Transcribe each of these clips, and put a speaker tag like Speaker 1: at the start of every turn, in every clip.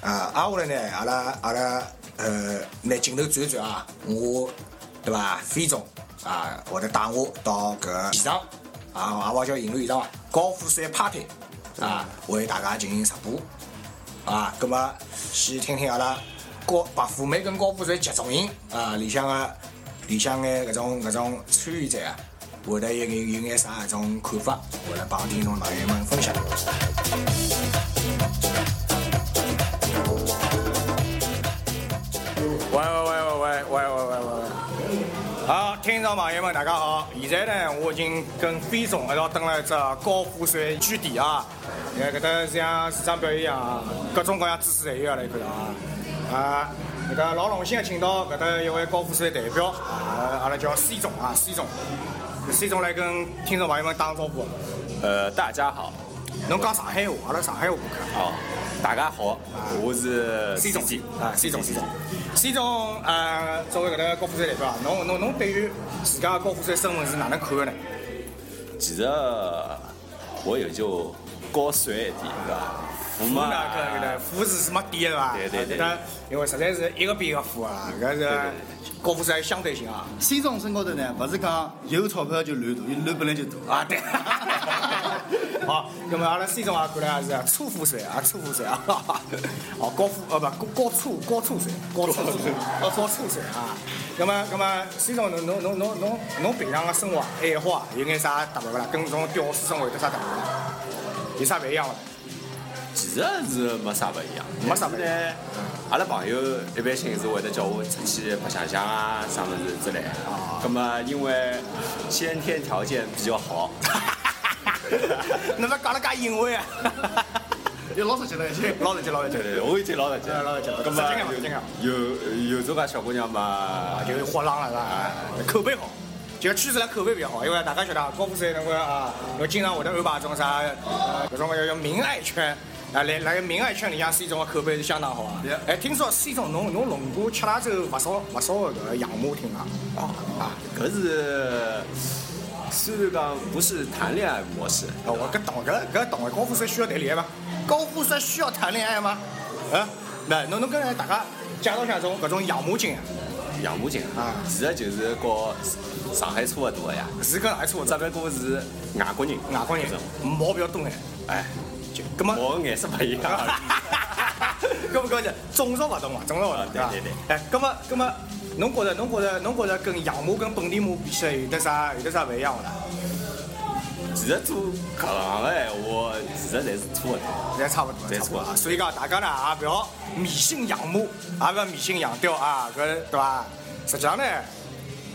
Speaker 1: 啊，挨下来呢，阿拉阿拉呃，拿镜头转一转啊，我对伐？飞总啊，会得带我到搿现场啊，也勿叫影旅现场啊，高富帅 party 啊，为大家进行直播啊。葛末先听听阿拉高白富美跟高富帅集中营啊，里向个里向眼搿种搿种参与者啊，会得有眼有眼啥搿种看法，会得帮听众朋友们分享。喂喂喂喂喂喂喂喂喂！啊好，听众朋友们，大家好！现在呢，我已经跟飞总一道登了一只高富帅据点啊，因为搿搭像市场表演一样啊，各种各样姿势侪有啊，来搿搭啊。啊，搿搭老荣幸地请到搿搭一位高富帅代表，啊，阿拉叫 C 总啊，C 总，C 总来跟听众朋友们打个招呼。
Speaker 2: 呃，大家好，
Speaker 1: 侬讲上海话，阿拉上海话可以。
Speaker 2: 哦，大家好，我是
Speaker 1: C 总
Speaker 2: CC
Speaker 1: 啊，C 总 C 总，C 总呃，作为搿个高富帅代表啊，侬侬侬对于自家的高富帅身份是哪能看的呢？
Speaker 2: 其实我也就高帅一点，对吧？我
Speaker 1: 富呢，搿搿个
Speaker 2: 嘛，
Speaker 1: 富是没底的伐？
Speaker 2: 对对对
Speaker 1: 搿搭因为实在是一个比一个富啊，搿是高富帅相对性啊。
Speaker 3: C 总身高头呢，勿是讲有钞票就乱大，伊乱本来就大。
Speaker 1: 啊， 对。 好，那么阿拉 C 总啊，看来也是粗富帅啊，粗富帅啊，哦，高富呃不高高粗高粗帅，高粗帅，哦高粗帅啊。那么那么 C 总，侬侬侬侬侬侬平常个生活爱好啊，有眼啥特别勿啦？跟侬屌丝生活有得啥特别勿啦？有啥勿一样伐？
Speaker 2: 其实是没啥不一样，
Speaker 1: 没啥不一样
Speaker 2: 但是呢。阿拉朋友一般性是会得叫我出去白相相啊，啥么子之类。
Speaker 1: 啊
Speaker 2: 那么因为先天条件比较 好，
Speaker 1: 侬勿讲了介隐晦啊？
Speaker 3: 伊老实际了已经。
Speaker 1: 老实际，老实际
Speaker 2: 对。对对，我已经老了解，
Speaker 1: 老了解
Speaker 2: 那
Speaker 1: 实际眼嘛实际眼
Speaker 2: 么有有这个小姑娘嘛，
Speaker 1: 就是豁浪了是吧？口碑好，就个圈子来口碑比较好，因为大家晓得啊，高富帅那个啊，侬经常会得安排一种啥呃，搿种个叫明爱圈。啊，来来，明爱圈里向 C 总个口碑是相当好啊
Speaker 3: 对！
Speaker 1: 哎，听说 C 总侬侬龙过吃辣州勿少勿少个搿个养母听啊，
Speaker 2: 哦
Speaker 1: 啊，
Speaker 2: 可是虽然讲不是谈恋爱模式，
Speaker 1: 啊我搿懂搿搿懂个高富帅需要谈恋爱伐？高富帅需要谈恋爱吗？啊，那侬侬跟大家介绍一下种搿种养母精啊，
Speaker 2: 养母情
Speaker 1: 啊
Speaker 2: 其实就是和上海差不多的呀，
Speaker 1: 是跟哪一处
Speaker 2: 只不过是外国人，
Speaker 1: 外国人
Speaker 2: 这种，
Speaker 1: 毛比较多眼，
Speaker 2: 哎，
Speaker 1: 就搿么
Speaker 2: 毛颜色不一 样而已。
Speaker 1: 搿么搿就种族勿同嘛，种族勿
Speaker 2: 啊
Speaker 1: 同，
Speaker 2: 对
Speaker 1: 伐
Speaker 2: 对对。
Speaker 1: 哎，搿么搿么，侬觉着侬觉着侬觉着跟洋马跟本地马比起来有得啥有得啥勿一样勿啦？
Speaker 2: 其实做搿行的闲话，其实侪是差不多。
Speaker 1: 侪差勿多，
Speaker 2: 侪
Speaker 1: 差不
Speaker 2: 差不
Speaker 1: 多
Speaker 2: 多
Speaker 1: 啊。所以讲大家呢也勿要迷信洋马，也勿要迷信洋雕啊，搿对伐？实际上呢，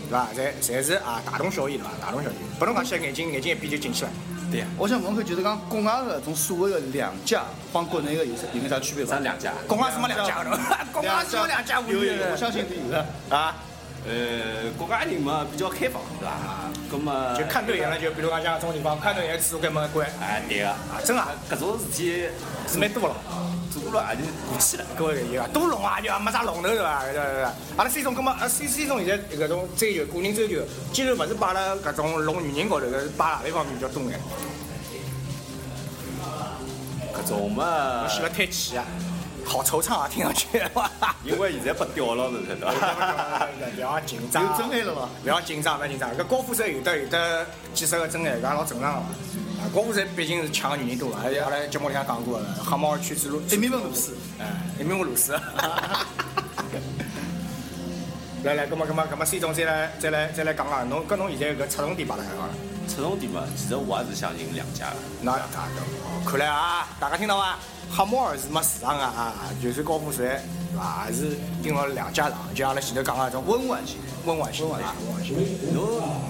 Speaker 1: 对伐？侪侪是啊，大同小异对伐？大同小异。拨侬讲起来眼睛眼睛一闭就进去了。
Speaker 2: 对呀，
Speaker 3: 我想问看，就是讲国外的种所谓的两价，帮国内的有啥有眼啥区别伐
Speaker 2: 咱？两家，
Speaker 1: 公安是没两家的， 公安是没两家无
Speaker 3: 有
Speaker 1: 语
Speaker 3: 有，有我
Speaker 1: 的
Speaker 3: 相信有的。
Speaker 1: 啊。
Speaker 2: 呃，国家人嘛比较开放，对伐？葛么
Speaker 1: 就看对眼了，就比如讲像这种地方看对眼，厕所开门关
Speaker 2: 哎，对个，
Speaker 1: 啊，真啊
Speaker 2: 搿种事体
Speaker 1: 是蛮多了。
Speaker 2: 做过了也就过去了。
Speaker 1: 各位有啊，都龙啊，就没啥龙头是吧？对对对。阿拉 C 总，葛末啊 C C 总现在搿种追求，个人追求，既然勿是摆辣搿种弄女人高头，搿是摆辣哪一方面比较多眼？
Speaker 2: 搿种嘛，
Speaker 1: 喜欢太气啊，好惆怅啊，听上去。
Speaker 2: 因为现在不屌了，是 伐？
Speaker 1: 不要紧张，
Speaker 3: 有真爱了伐？
Speaker 1: 啊不要紧张，不要紧张。搿高富帅有的有的几十个真爱，搿也老正常个嘛。啊，高富帅毕竟是抢个女人多啊，而且阿拉节目里向讲过了，黑猫区之路
Speaker 3: 一面问如是，
Speaker 1: 哎，一名我鲁斯。 来来，啊葛么葛么葛么，C 总再来再来再来讲讲，侬搿侬现在搿侧重点摆辣海好了，
Speaker 2: 侧重点嘛，其实我也是相信两家的。
Speaker 1: 那大家看来啊，大家听到伐？黑猫儿是没市场个啊，就是高富帅对伐？还是进入两家场，就阿拉前头讲个种温婉型、温婉型温啊婉型，
Speaker 2: 侬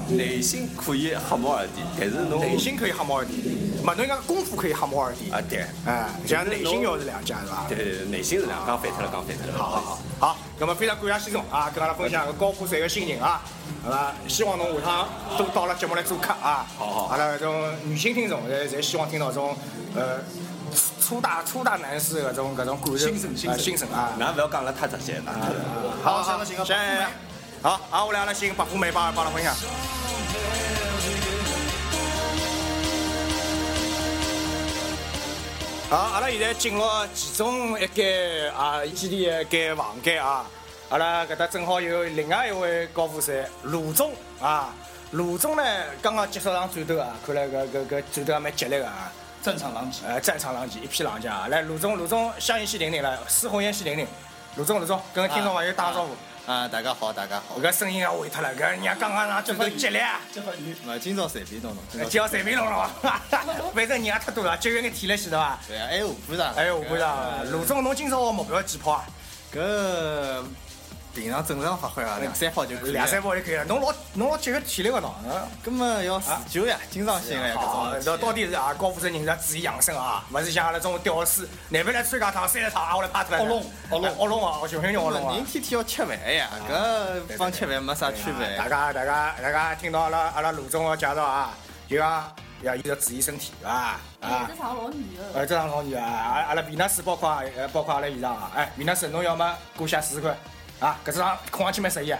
Speaker 2: 内心可以黑猫二点，但是侬
Speaker 1: 内心可以黑猫儿点，嘛侬应该功夫可以黑猫儿点，
Speaker 2: 啊对，
Speaker 1: 哎，像内心要是两家是伐？
Speaker 2: 对对对，内心是两刚反脱了，刚反脱了。
Speaker 1: 好好好，好，那么非常感谢西总啊，跟阿拉分享个高富帅个心情啊，好吧，希望侬下趟都到阿拉节目来做客啊。
Speaker 2: 好好
Speaker 1: 阿拉搿种女性听众侪侪希望听到种呃粗大粗大男士搿种搿种感受，
Speaker 3: 心声心声
Speaker 1: 啊心声啊。
Speaker 2: 㑚勿要讲了太直接，㑚太直接
Speaker 1: 好，
Speaker 3: 行
Speaker 1: 好，
Speaker 3: 了行了
Speaker 1: 谢谢
Speaker 3: 白富美。
Speaker 1: 好，啊，我来阿拉新白富美帮帮阿拉分享。啊，阿拉现在进入其中一间啊基地的一间房间啊，阿拉搿搭正好有另外一位高富帅卢总啊，卢总呢刚刚结束场战斗啊，看来搿搿搿战斗还蛮激烈个啊，
Speaker 3: 战场狼藉。
Speaker 1: 呃战场狼藉，一批狼藉啊，来卢总卢总香烟先领领来，私红烟先领领，卢总卢总跟听众朋友打个招呼，
Speaker 4: 啊，大家好，大家好。
Speaker 1: 搿声音也毁脱了，搿人家刚刚上战斗激烈啊。
Speaker 3: 这块女，
Speaker 4: 嘛，今朝随便弄弄，今朝
Speaker 1: 就要随便弄
Speaker 4: 啊
Speaker 1: 了嘛， 反正啊人也太多了，就有眼体力线对伐？
Speaker 4: 对啊，还有武部长。
Speaker 1: 哎，我部长，卢总，侬今朝个目标几炮啊？
Speaker 4: 搿平常正常发挥啊，两三炮就可以了。
Speaker 1: 两三炮就可以了。侬老侬老节约体力个喏。嗯
Speaker 4: 搿么要持久呀，经常性哎，
Speaker 1: 好，
Speaker 4: 搿
Speaker 1: 那
Speaker 4: 种。
Speaker 1: 到底是啊，高富帅人家注意养生啊，勿是像阿拉种屌丝，难不来参加趟、三十趟，啊，我来拍出来。
Speaker 3: 恶弄恶弄
Speaker 1: 哎恶弄啊！我熊熊熊恶弄啊啊
Speaker 4: 人！天天要吃饭呀，
Speaker 1: 对
Speaker 4: 搿帮吃饭没啥区
Speaker 1: 哎大
Speaker 4: 别。
Speaker 1: 家大家大家听到阿拉阿拉卢总个介绍啊，就讲要要注意身体，对伐？啊
Speaker 5: 这。场老女的，
Speaker 1: 呃，这场老女啊，阿阿拉维纳斯包括呃包括阿拉现场啊，哎，维纳斯侬要么过下试试看啊，搿只场看上去蛮适意啊，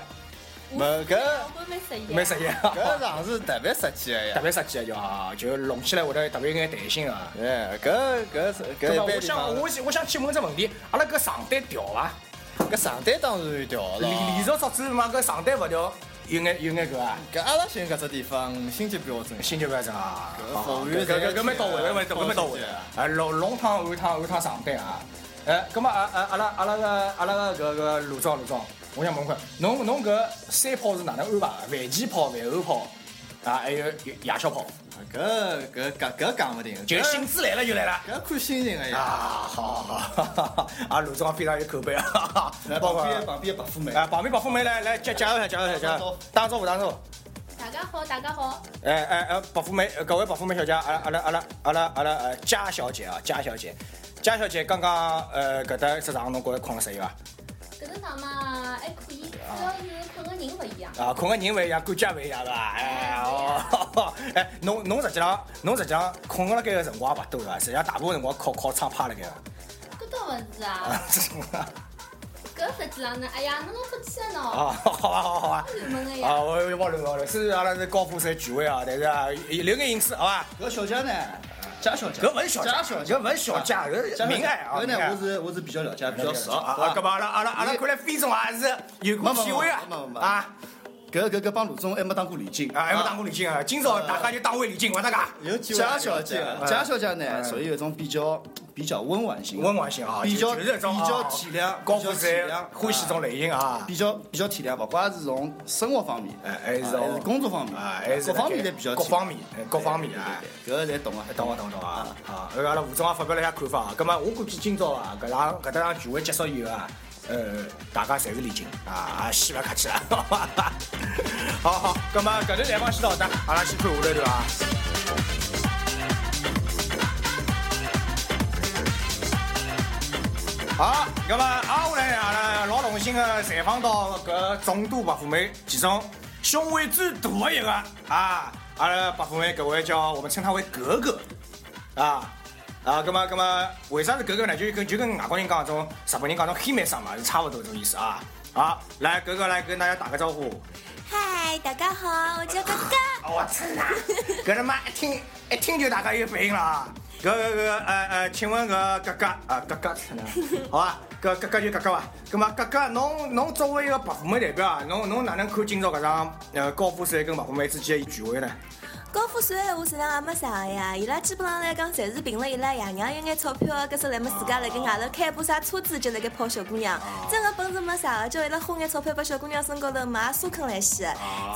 Speaker 5: 我
Speaker 4: 没搿
Speaker 5: 我都没适意，
Speaker 1: 蛮适意啊，
Speaker 4: 搿场是特别设计的
Speaker 1: 特
Speaker 4: 呀。
Speaker 1: 别设计啊，就啊，就弄起来会得特别有眼弹性啊。
Speaker 4: 哎，搿搿是搿
Speaker 1: 那么
Speaker 4: 一
Speaker 1: 我
Speaker 4: 般地
Speaker 1: 想
Speaker 4: 方，
Speaker 1: 我想我想去问只问题，阿拉搿上单调伐？
Speaker 4: 搿上单当然调了
Speaker 1: 连。连着桌子嘛，搿上单勿调，有眼有眼搿啊，
Speaker 4: 搿阿拉寻搿只地方星级标准。
Speaker 1: 心就勿要整啊。
Speaker 4: 搿服务员
Speaker 1: 搿搿搿蛮到位，搿蛮到搿蛮到位。啊，龙龙汤暗汤暗汤上单啊。哎，葛末啊啊阿拉阿拉个阿拉个搿个卢总卢总，我想问看，侬侬搿三炮是哪能安排的？饭前炮、饭后炮，啊，还有夜宵炮，
Speaker 4: 搿搿搿搿讲勿定，
Speaker 1: 就
Speaker 4: 搿
Speaker 1: 是兴致来了就来了。
Speaker 4: 搿看心情个呀。
Speaker 1: 啊，好好好，啊，卢总非常有口碑啊，
Speaker 3: 来
Speaker 1: 包括
Speaker 3: 旁边旁边白富美，
Speaker 1: 啊，旁边保护妹来来介介绍一下，介绍一下，介绍一下，打个招呼，打个招呼。
Speaker 5: 大家好，大家好，
Speaker 1: 哎哎哎，保护妹，呃各位保护妹小姐，阿拉阿拉阿拉阿拉阿拉呃，佳小姐啊，佳小姐，佳小姐刚刚呃搿搭只场侬觉着困了适意伐？
Speaker 5: 搿能场嘛还可以，主要是困个人勿一样。
Speaker 1: 啊，困个人勿一样，感觉勿一样对伐？哎哦， 哎，侬侬实际上侬实际上困辣盖个辰光也勿多对啊伐？实际上大部分辰光靠靠窗趴辣盖个。
Speaker 5: 搿倒勿是啊，搿实际上呢，哎呀，侬老客气了喿，
Speaker 1: 啊，好伐好伐好伐。
Speaker 5: 入门个
Speaker 1: 啊，
Speaker 5: 呀，
Speaker 1: 我我忘了忘了，虽然阿拉是高富帅聚会啊，但是啊，留眼隐私好伐？
Speaker 3: 搿小姐呢，贾小姐，
Speaker 1: 啊搿勿是小
Speaker 3: 贾
Speaker 1: 家，
Speaker 3: 小姐，
Speaker 1: 搿勿是小家，搿是
Speaker 3: 贾小姐
Speaker 1: 明爱啊。
Speaker 3: 搿
Speaker 1: 明
Speaker 3: 呢
Speaker 1: 爱
Speaker 3: 我是我是比较了解，比较熟，
Speaker 1: 啊
Speaker 3: 好
Speaker 1: 啊，
Speaker 3: 吧
Speaker 1: 搿么阿拉阿拉阿拉
Speaker 3: 你
Speaker 1: 看来飞总还是有股体会啊
Speaker 3: 没没没没没没
Speaker 1: 啊
Speaker 3: 搿搿搿帮卢总还没当过礼金
Speaker 1: 啊，还没当过礼金啊，今朝大家就当回礼金，我那个
Speaker 4: 有机会
Speaker 3: 贾小姐
Speaker 4: 啊，
Speaker 3: 贾小姐
Speaker 1: 哎
Speaker 3: 呢，属于有一种比较比较温婉型，
Speaker 1: 温婉型啊，
Speaker 3: 比较
Speaker 1: 就就是这种啊
Speaker 3: 比较体谅
Speaker 1: 高
Speaker 3: 比较
Speaker 1: 富
Speaker 3: 体
Speaker 1: 帅
Speaker 3: 谅
Speaker 1: 欢喜这种类型啊。
Speaker 3: 比较比较体谅，勿管是从生活方面，
Speaker 1: 哎还是
Speaker 3: 啊
Speaker 1: 从
Speaker 3: 还是工作方面，
Speaker 1: 啊，还是
Speaker 3: 各方面侪比较
Speaker 1: 各
Speaker 3: 体谅
Speaker 1: 方面，哎各方面啊，
Speaker 3: 搿侪懂啊，
Speaker 1: 懂我懂懂啊啊！呃阿拉吴总也发表了一下看法啊，葛么我估计今朝啊，搿场搿搭场聚会结束以后啊，呃，大家侪是礼金啊，啊， 先勿客气了，好好，葛么搿段采访先到这，阿拉先看下头对伐？好，啊那么挨下来阿拉老荣幸的啊采访到搿众多白富美，其中胸围最大的一个啊，阿拉白富美搿位叫我们称她为格格啊啊，葛么葛么，为啥是格格呢？就跟就跟外国人讲这种日本人讲这种黑妹桑嘛，是差不多这种意思啊。好，来格格来跟大家打个招呼。
Speaker 6: 嗨，大家好，我叫哥哥。
Speaker 1: 啊我操 呐！搿他妈一听一听就大家有反应了啊！搿搿搿呃呃，请问搿格格啊格格 操呐，好啊吧，搿格格就格啊格伐。葛末格格，侬侬作为一个白富美代表啊，侬侬哪能看今朝搿场呃高富帅跟白富美之间的聚会呢？
Speaker 6: 高富帅闲话实际上也没啥个呀，伊拉基本上来讲，侪是凭了伊拉爷娘一眼钞票啊，搿时来么自家辣盖外头开部啥车子就辣盖泡小姑娘，真个本事没啥个，叫伊拉花眼钞票拨小姑娘身高头买沙坑来洗，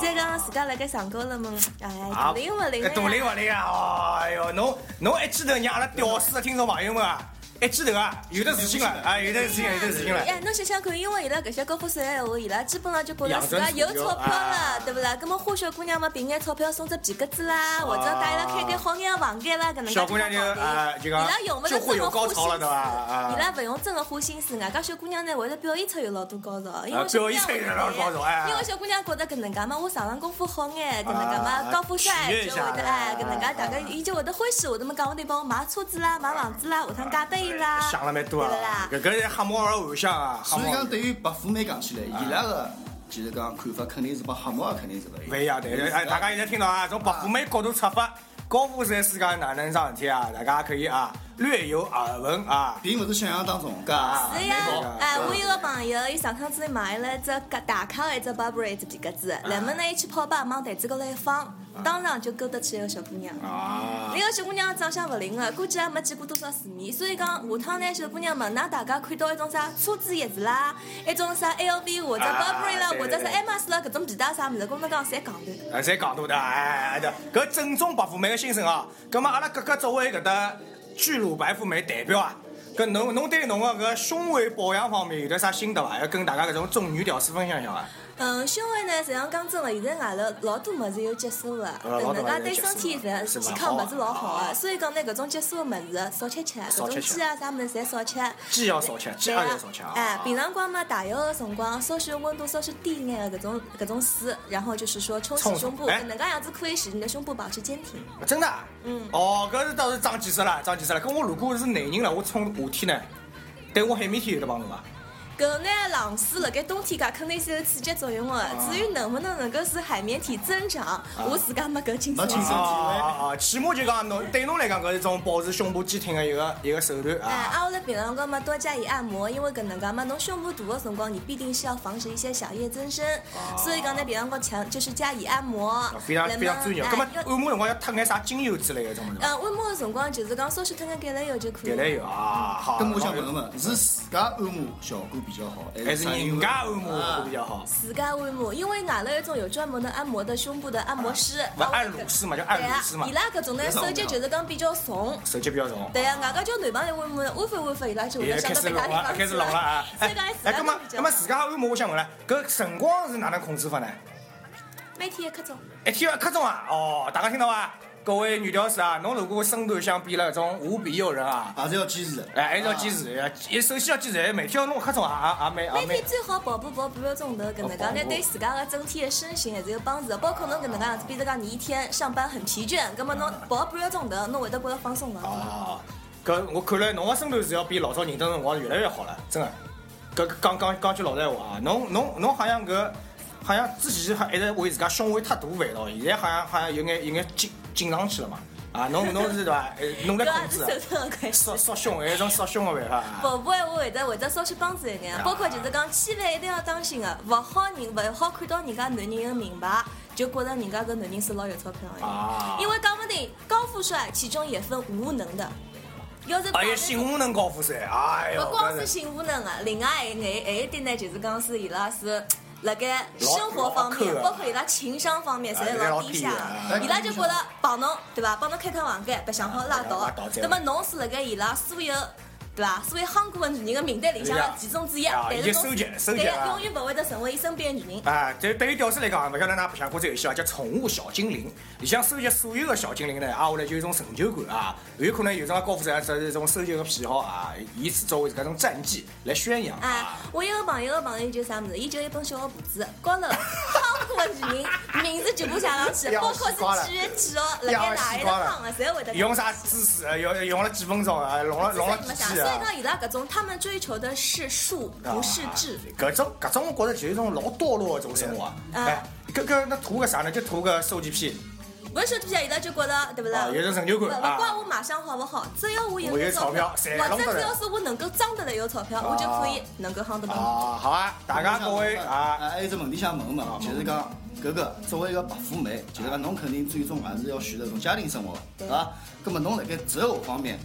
Speaker 6: 再讲自家辣盖上高头么，哎，灵勿灵
Speaker 1: 哎大灵
Speaker 6: 呀？
Speaker 1: 勿灵啊！哎哟，侬侬一记头让阿拉屌丝的听众朋友们啊，一记头啊，有的自信了啊，有的自信，有的自信了。
Speaker 6: 哎，侬想想看，因为伊拉搿些高富帅闲话，伊拉基本上就觉着自家有钞票
Speaker 1: 啊
Speaker 6: 了，对勿啦？葛么花小姑娘嘛，凭眼钞票送只皮夹子啦，或者带伊拉开间好眼房间啦，搿能介
Speaker 1: 啊小姑娘就
Speaker 6: 就好搞定
Speaker 1: 啊，就
Speaker 6: 伊
Speaker 1: 讲
Speaker 6: 拉用勿
Speaker 1: 就
Speaker 6: 着
Speaker 1: 会
Speaker 6: 真
Speaker 1: 有
Speaker 6: 个
Speaker 1: 高潮
Speaker 6: 花心
Speaker 1: 了，
Speaker 6: 思，
Speaker 1: 对伐？啊
Speaker 6: 伊。拉勿用真个花心思，外加小姑娘呢会得表现出有老多高潮，因
Speaker 1: 啊
Speaker 6: 为小姑
Speaker 1: 表现
Speaker 6: 娘
Speaker 1: 出有老多高潮哎
Speaker 6: 因为小姑娘觉得搿能介嘛，我上上功夫好眼，搿能介
Speaker 1: 啊
Speaker 6: 嘛，高富帅
Speaker 1: 取悦一
Speaker 6: 就
Speaker 1: 下
Speaker 6: 会得
Speaker 1: 哎
Speaker 6: 哎搿能介，大家伊就会得欢喜，会得么讲我得帮我买车子啦，买房子啦，下趟嫁拨伊啦，
Speaker 1: 想了蛮多
Speaker 6: 对勿
Speaker 1: 啊
Speaker 6: 啦，？
Speaker 1: 搿个是黑猫儿幻想啊，黑
Speaker 3: 所以
Speaker 1: 猫
Speaker 3: 讲，对于白富美讲起来，
Speaker 1: 啊
Speaker 3: 伊拉个就是讲看法肯定是帮黑猫啊肯定是勿一
Speaker 1: 勿
Speaker 3: 样。
Speaker 1: 一样对。哎，大家现在听到啊，从白富美角度出发，高富帅世界哪能桩事体啊？大家可以啊略有耳闻啊。
Speaker 3: 并勿是想象当中，
Speaker 1: 啊
Speaker 3: 噶，
Speaker 6: 是呀，哎，
Speaker 1: 嗯
Speaker 6: 我有个朋友，伊上趟子买了一只大卡的一只 Burberry 一只皮夹
Speaker 1: 啊
Speaker 6: 子，然后呢，伊去泡吧往台子高头一放，当场就勾搭起一个小姑娘。
Speaker 1: 啊，
Speaker 6: 那个小姑娘长相勿灵个，估计也没见过多少世面，所以讲下趟呢，小姑娘问㑚大家看到一种啥车子叶子啦，一种啥 LV 或者
Speaker 1: 啊
Speaker 6: Burberry 啦，
Speaker 1: 对
Speaker 6: 或者是
Speaker 1: 对
Speaker 6: Hermes 啦，搿种皮带啥物事，跟我们讲侪戆头。
Speaker 1: 啊，侪戆大的，哎，哎的，搿正宗白富美的心声啊。葛末阿拉搿个作为搿搭巨乳白富美代表啊，搿侬侬对侬个搿胸围保养方面有得啥心得伐？要跟大家搿种中女屌丝分享一下伐？
Speaker 6: 嗯，胸围呢，实际上讲真的，现在外头啊老多物事有激啊素的，
Speaker 1: 老
Speaker 6: 对
Speaker 1: 多
Speaker 6: 人家
Speaker 1: 物事有
Speaker 6: 对
Speaker 1: 激素
Speaker 6: 身体
Speaker 1: 的
Speaker 6: 人
Speaker 1: 是吧
Speaker 6: 健康
Speaker 1: 好
Speaker 6: 勿是老好啊的，所以讲呢，搿种激素的物事少吃吃，
Speaker 1: 少
Speaker 6: 搿
Speaker 1: 吃
Speaker 6: 种
Speaker 1: 吃
Speaker 6: 鸡啊啥物事侪少吃。
Speaker 1: 鸡要少吃鸡鸭
Speaker 6: 对
Speaker 1: 要
Speaker 6: 啊
Speaker 1: 少吃啊
Speaker 6: 哎，平常光嘛，汏浴的辰光，稍许温度稍许低一点啊的搿种搿种水，然后就是说冲
Speaker 1: 冲
Speaker 6: 洗胸部，
Speaker 1: 哎
Speaker 6: 搿能介样子可以使你的胸部保持坚挺。
Speaker 1: 真的、啊？嗯。哦，搿是倒是长见识了，长见识了。搿我如果是男人了，我冲夏天呢，对我海绵体有得帮助伐？
Speaker 6: 搿眼冷水辣盖冬天介肯定是有刺激作用的，至于能不能能够使海绵体增长，我自家没搿经
Speaker 3: 没
Speaker 6: 验。
Speaker 3: 亲身体会。
Speaker 1: 啊啊！起码就讲侬对侬来讲，搿是一种保持胸部坚挺的一个一个手段
Speaker 6: 哎，
Speaker 1: 啊。
Speaker 6: 啊，我来平常光嘛多加以按摩，因为搿能介嘛，侬胸部大的辰光，你必定是要防止一些小叶增生，所以讲呢，平常光强就是加以按摩
Speaker 1: 啊，哦非常
Speaker 6: 那么
Speaker 1: 非常专业。
Speaker 6: 哎
Speaker 1: 葛末
Speaker 6: 要
Speaker 1: 按摩辰光要涂眼啥精油之类的种物事伐？
Speaker 6: 呃，按摩的辰光就是讲稍许脱眼橄榄油就可以
Speaker 1: 橄
Speaker 6: 了。
Speaker 1: 榄油啊，好。
Speaker 3: 咁我想问问，是自家按摩效果比较好，
Speaker 1: 还是
Speaker 3: 啥
Speaker 1: 人家按摩会比
Speaker 3: 啊
Speaker 1: 较好？
Speaker 6: 自家按摩，因为外头有种有专门的按摩的胸部的按摩师，
Speaker 1: 勿
Speaker 6: 啊
Speaker 1: 按
Speaker 6: 我
Speaker 1: 乳
Speaker 6: 搿
Speaker 1: 师嘛，叫
Speaker 6: 对
Speaker 1: 按乳
Speaker 6: 啊
Speaker 1: 师嘛
Speaker 6: 伊，拉搿种呢
Speaker 3: 搿种
Speaker 6: 手脚
Speaker 1: 哦
Speaker 6: 就是讲比较怂。
Speaker 1: 手脚比较重。
Speaker 6: 对啊，外加叫男朋友按摩，我翻我翻，伊拉就会
Speaker 1: 也
Speaker 6: 得想
Speaker 1: 开
Speaker 6: 到
Speaker 1: 始
Speaker 6: 别
Speaker 1: 老
Speaker 6: 家地
Speaker 1: 了
Speaker 6: 方，
Speaker 1: 开始老了啊！
Speaker 6: 所以
Speaker 1: 哎
Speaker 6: 讲自
Speaker 1: 哎，
Speaker 6: 家
Speaker 1: 那么
Speaker 6: 比较
Speaker 1: 那么自家按摩，我想问了，搿辰光是哪能控制法呢？
Speaker 6: 每天一刻钟。
Speaker 1: 一天一刻钟啊！哦，大家听到伐？各位女屌丝啊，侬如果身段想变了，种无比诱人啊！
Speaker 3: 还是要坚持的。啊
Speaker 1: 哎，还是要坚持，要一首先要坚持，每天要弄一刻钟啊，哦也也蛮
Speaker 6: 每
Speaker 1: 也
Speaker 6: 天
Speaker 1: 蛮。
Speaker 6: 最好跑步跑半个钟头，搿能介呢对自家的整体的身形还是有帮助的。包括侬搿能介样子，比如讲你一天上班很疲倦，葛末侬跑半个钟头，侬会得觉着放松了。
Speaker 1: 啊，搿我看来侬个身段是要比老早认真辰光是越来越好了，真个。搿讲讲讲句老实话啊，侬侬侬好像搿好像之前还一直为自家胸围太大烦恼，现在好像好像有眼有眼紧紧上去了嘛。啊，侬侬是对伐？呃侬
Speaker 6: 搿
Speaker 1: 在控
Speaker 6: 也是
Speaker 1: 制
Speaker 6: 手
Speaker 1: 啊
Speaker 6: 头的关系。
Speaker 1: 缩缩胸，还有一种缩胸个办法啊。
Speaker 6: 跑步闲话会得会得稍许帮助一眼，啊包括就是讲，千万一定要当心个，勿好人勿好看到人家男人个名牌，就觉着人家搿男人是老有钞票
Speaker 1: 啊
Speaker 6: 个，因为讲不定高富帅其中也分无能的，要是
Speaker 1: 哎呀，
Speaker 6: 讲
Speaker 1: 性无能高富帅，哎呦，
Speaker 6: 勿光是
Speaker 1: 搿
Speaker 6: 性无能啊，另外还眼还一点呢，就是讲是伊拉是。辣盖
Speaker 1: 老
Speaker 6: 生活方
Speaker 1: 老抠
Speaker 6: 面，
Speaker 1: 啊
Speaker 6: 包括伊拉情商方面，
Speaker 1: 啊
Speaker 6: 侪
Speaker 1: 侪老
Speaker 6: 老低
Speaker 1: 低
Speaker 6: 下
Speaker 1: 啊
Speaker 6: 的。伊拉就觉得帮侬，对伐？帮侬开趟房间，白相好拉
Speaker 1: 拉
Speaker 6: 倒啊
Speaker 1: 倒再。
Speaker 6: 那么侬是辣盖伊拉所有，对伐？所有夯过的女人的名单里向的其中之一
Speaker 1: 啊，
Speaker 6: 但
Speaker 1: 伊
Speaker 6: 是
Speaker 1: 就
Speaker 6: 侬
Speaker 1: 收集收集
Speaker 6: 对
Speaker 1: 啊
Speaker 6: 呀，永远勿会得成为伊身边的女人。
Speaker 1: 啊，对对于屌丝来讲，勿晓得㑚白相过这游戏啊，叫宠物小精灵。里向收集所有的小精灵呢，啊，下来就有一种成就感啊。有可能有种高富帅，这啊是一种收集个癖好啊，以此作为自家种战绩来宣扬
Speaker 6: 哎
Speaker 1: 啊。，
Speaker 6: 我有个朋友个朋友就是啥物事，伊就一本小簿子，高头夯过的女人名字全部写上 去，包括是几月几号哦辣盖哪一个夯的，侪会得。
Speaker 1: 用啥姿势？呃用用了几分钟啊，弄了弄了几
Speaker 6: 所以
Speaker 1: 天啊。
Speaker 6: 讲伊拉搿种，他们追求的是术，不是质。
Speaker 1: 啊搿种搿种，我觉着就是一种老堕落的这种生活啊。
Speaker 6: 啊
Speaker 1: 哎，搿搿那图个啥呢？就图个收集癖。
Speaker 6: 不是这些，伊拉就觉得对不啦？
Speaker 1: 哦有种成就感
Speaker 6: 勿
Speaker 1: 啊
Speaker 6: 勿管我马上好不好，只要我
Speaker 1: 我有
Speaker 6: 有
Speaker 1: 钞票谁
Speaker 6: 或
Speaker 1: 弄得
Speaker 6: 者
Speaker 1: 来
Speaker 6: 只要是我能够挣得来有钞票，我就可以能够夯得动。
Speaker 1: 啊，好啊，大家各位啊。
Speaker 3: 还有一只问题想问问，就是讲搿个作为一个白富美，就是讲侬肯定最终还是要选择种家庭生活，对伐？葛么侬辣盖择偶方面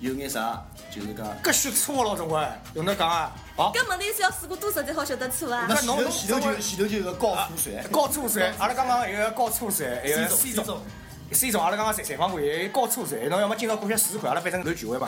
Speaker 3: 有眼啥，就是讲
Speaker 1: 搿选错了，总归用得讲啊，好，
Speaker 6: 搿问题是要试过多少才好晓得错啊
Speaker 3: 那？
Speaker 1: 侬
Speaker 3: 前头
Speaker 1: 侬作为啊
Speaker 3: 前头就前头就有个高富帅，
Speaker 1: 高哎初帅，阿拉刚刚有个高初帅，还有个 C
Speaker 3: C
Speaker 1: 总
Speaker 3: 总
Speaker 1: C 总，阿拉刚刚采采访过，有高初帅，侬要么今朝过些试试看，阿拉反正有聚会嘛，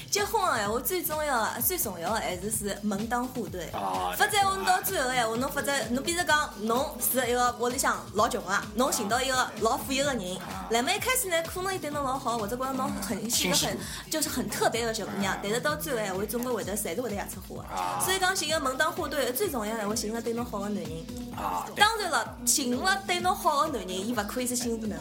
Speaker 6: 结婚个闲话最重要的、最重要的还是是门当户对
Speaker 1: 啊。
Speaker 6: 否则话侬到最后个闲话，侬否则侬比如讲侬是一个屋里向老穷个，侬寻到一个老富有个人，
Speaker 1: 啊
Speaker 6: 那么一开始呢，可能伊对侬老好，或者觉着侬很是一
Speaker 1: 欣
Speaker 6: 个
Speaker 1: 喜
Speaker 6: 很就是很特别个小姑娘，但是到最后个闲话，总归会得侪是会得野出花
Speaker 1: 啊
Speaker 6: 个。所以讲寻个门当户对，最重要个闲话，寻个对侬好个男人。
Speaker 1: 啊，对
Speaker 6: 当然了，寻个对侬好个男人，伊勿可以是性无能。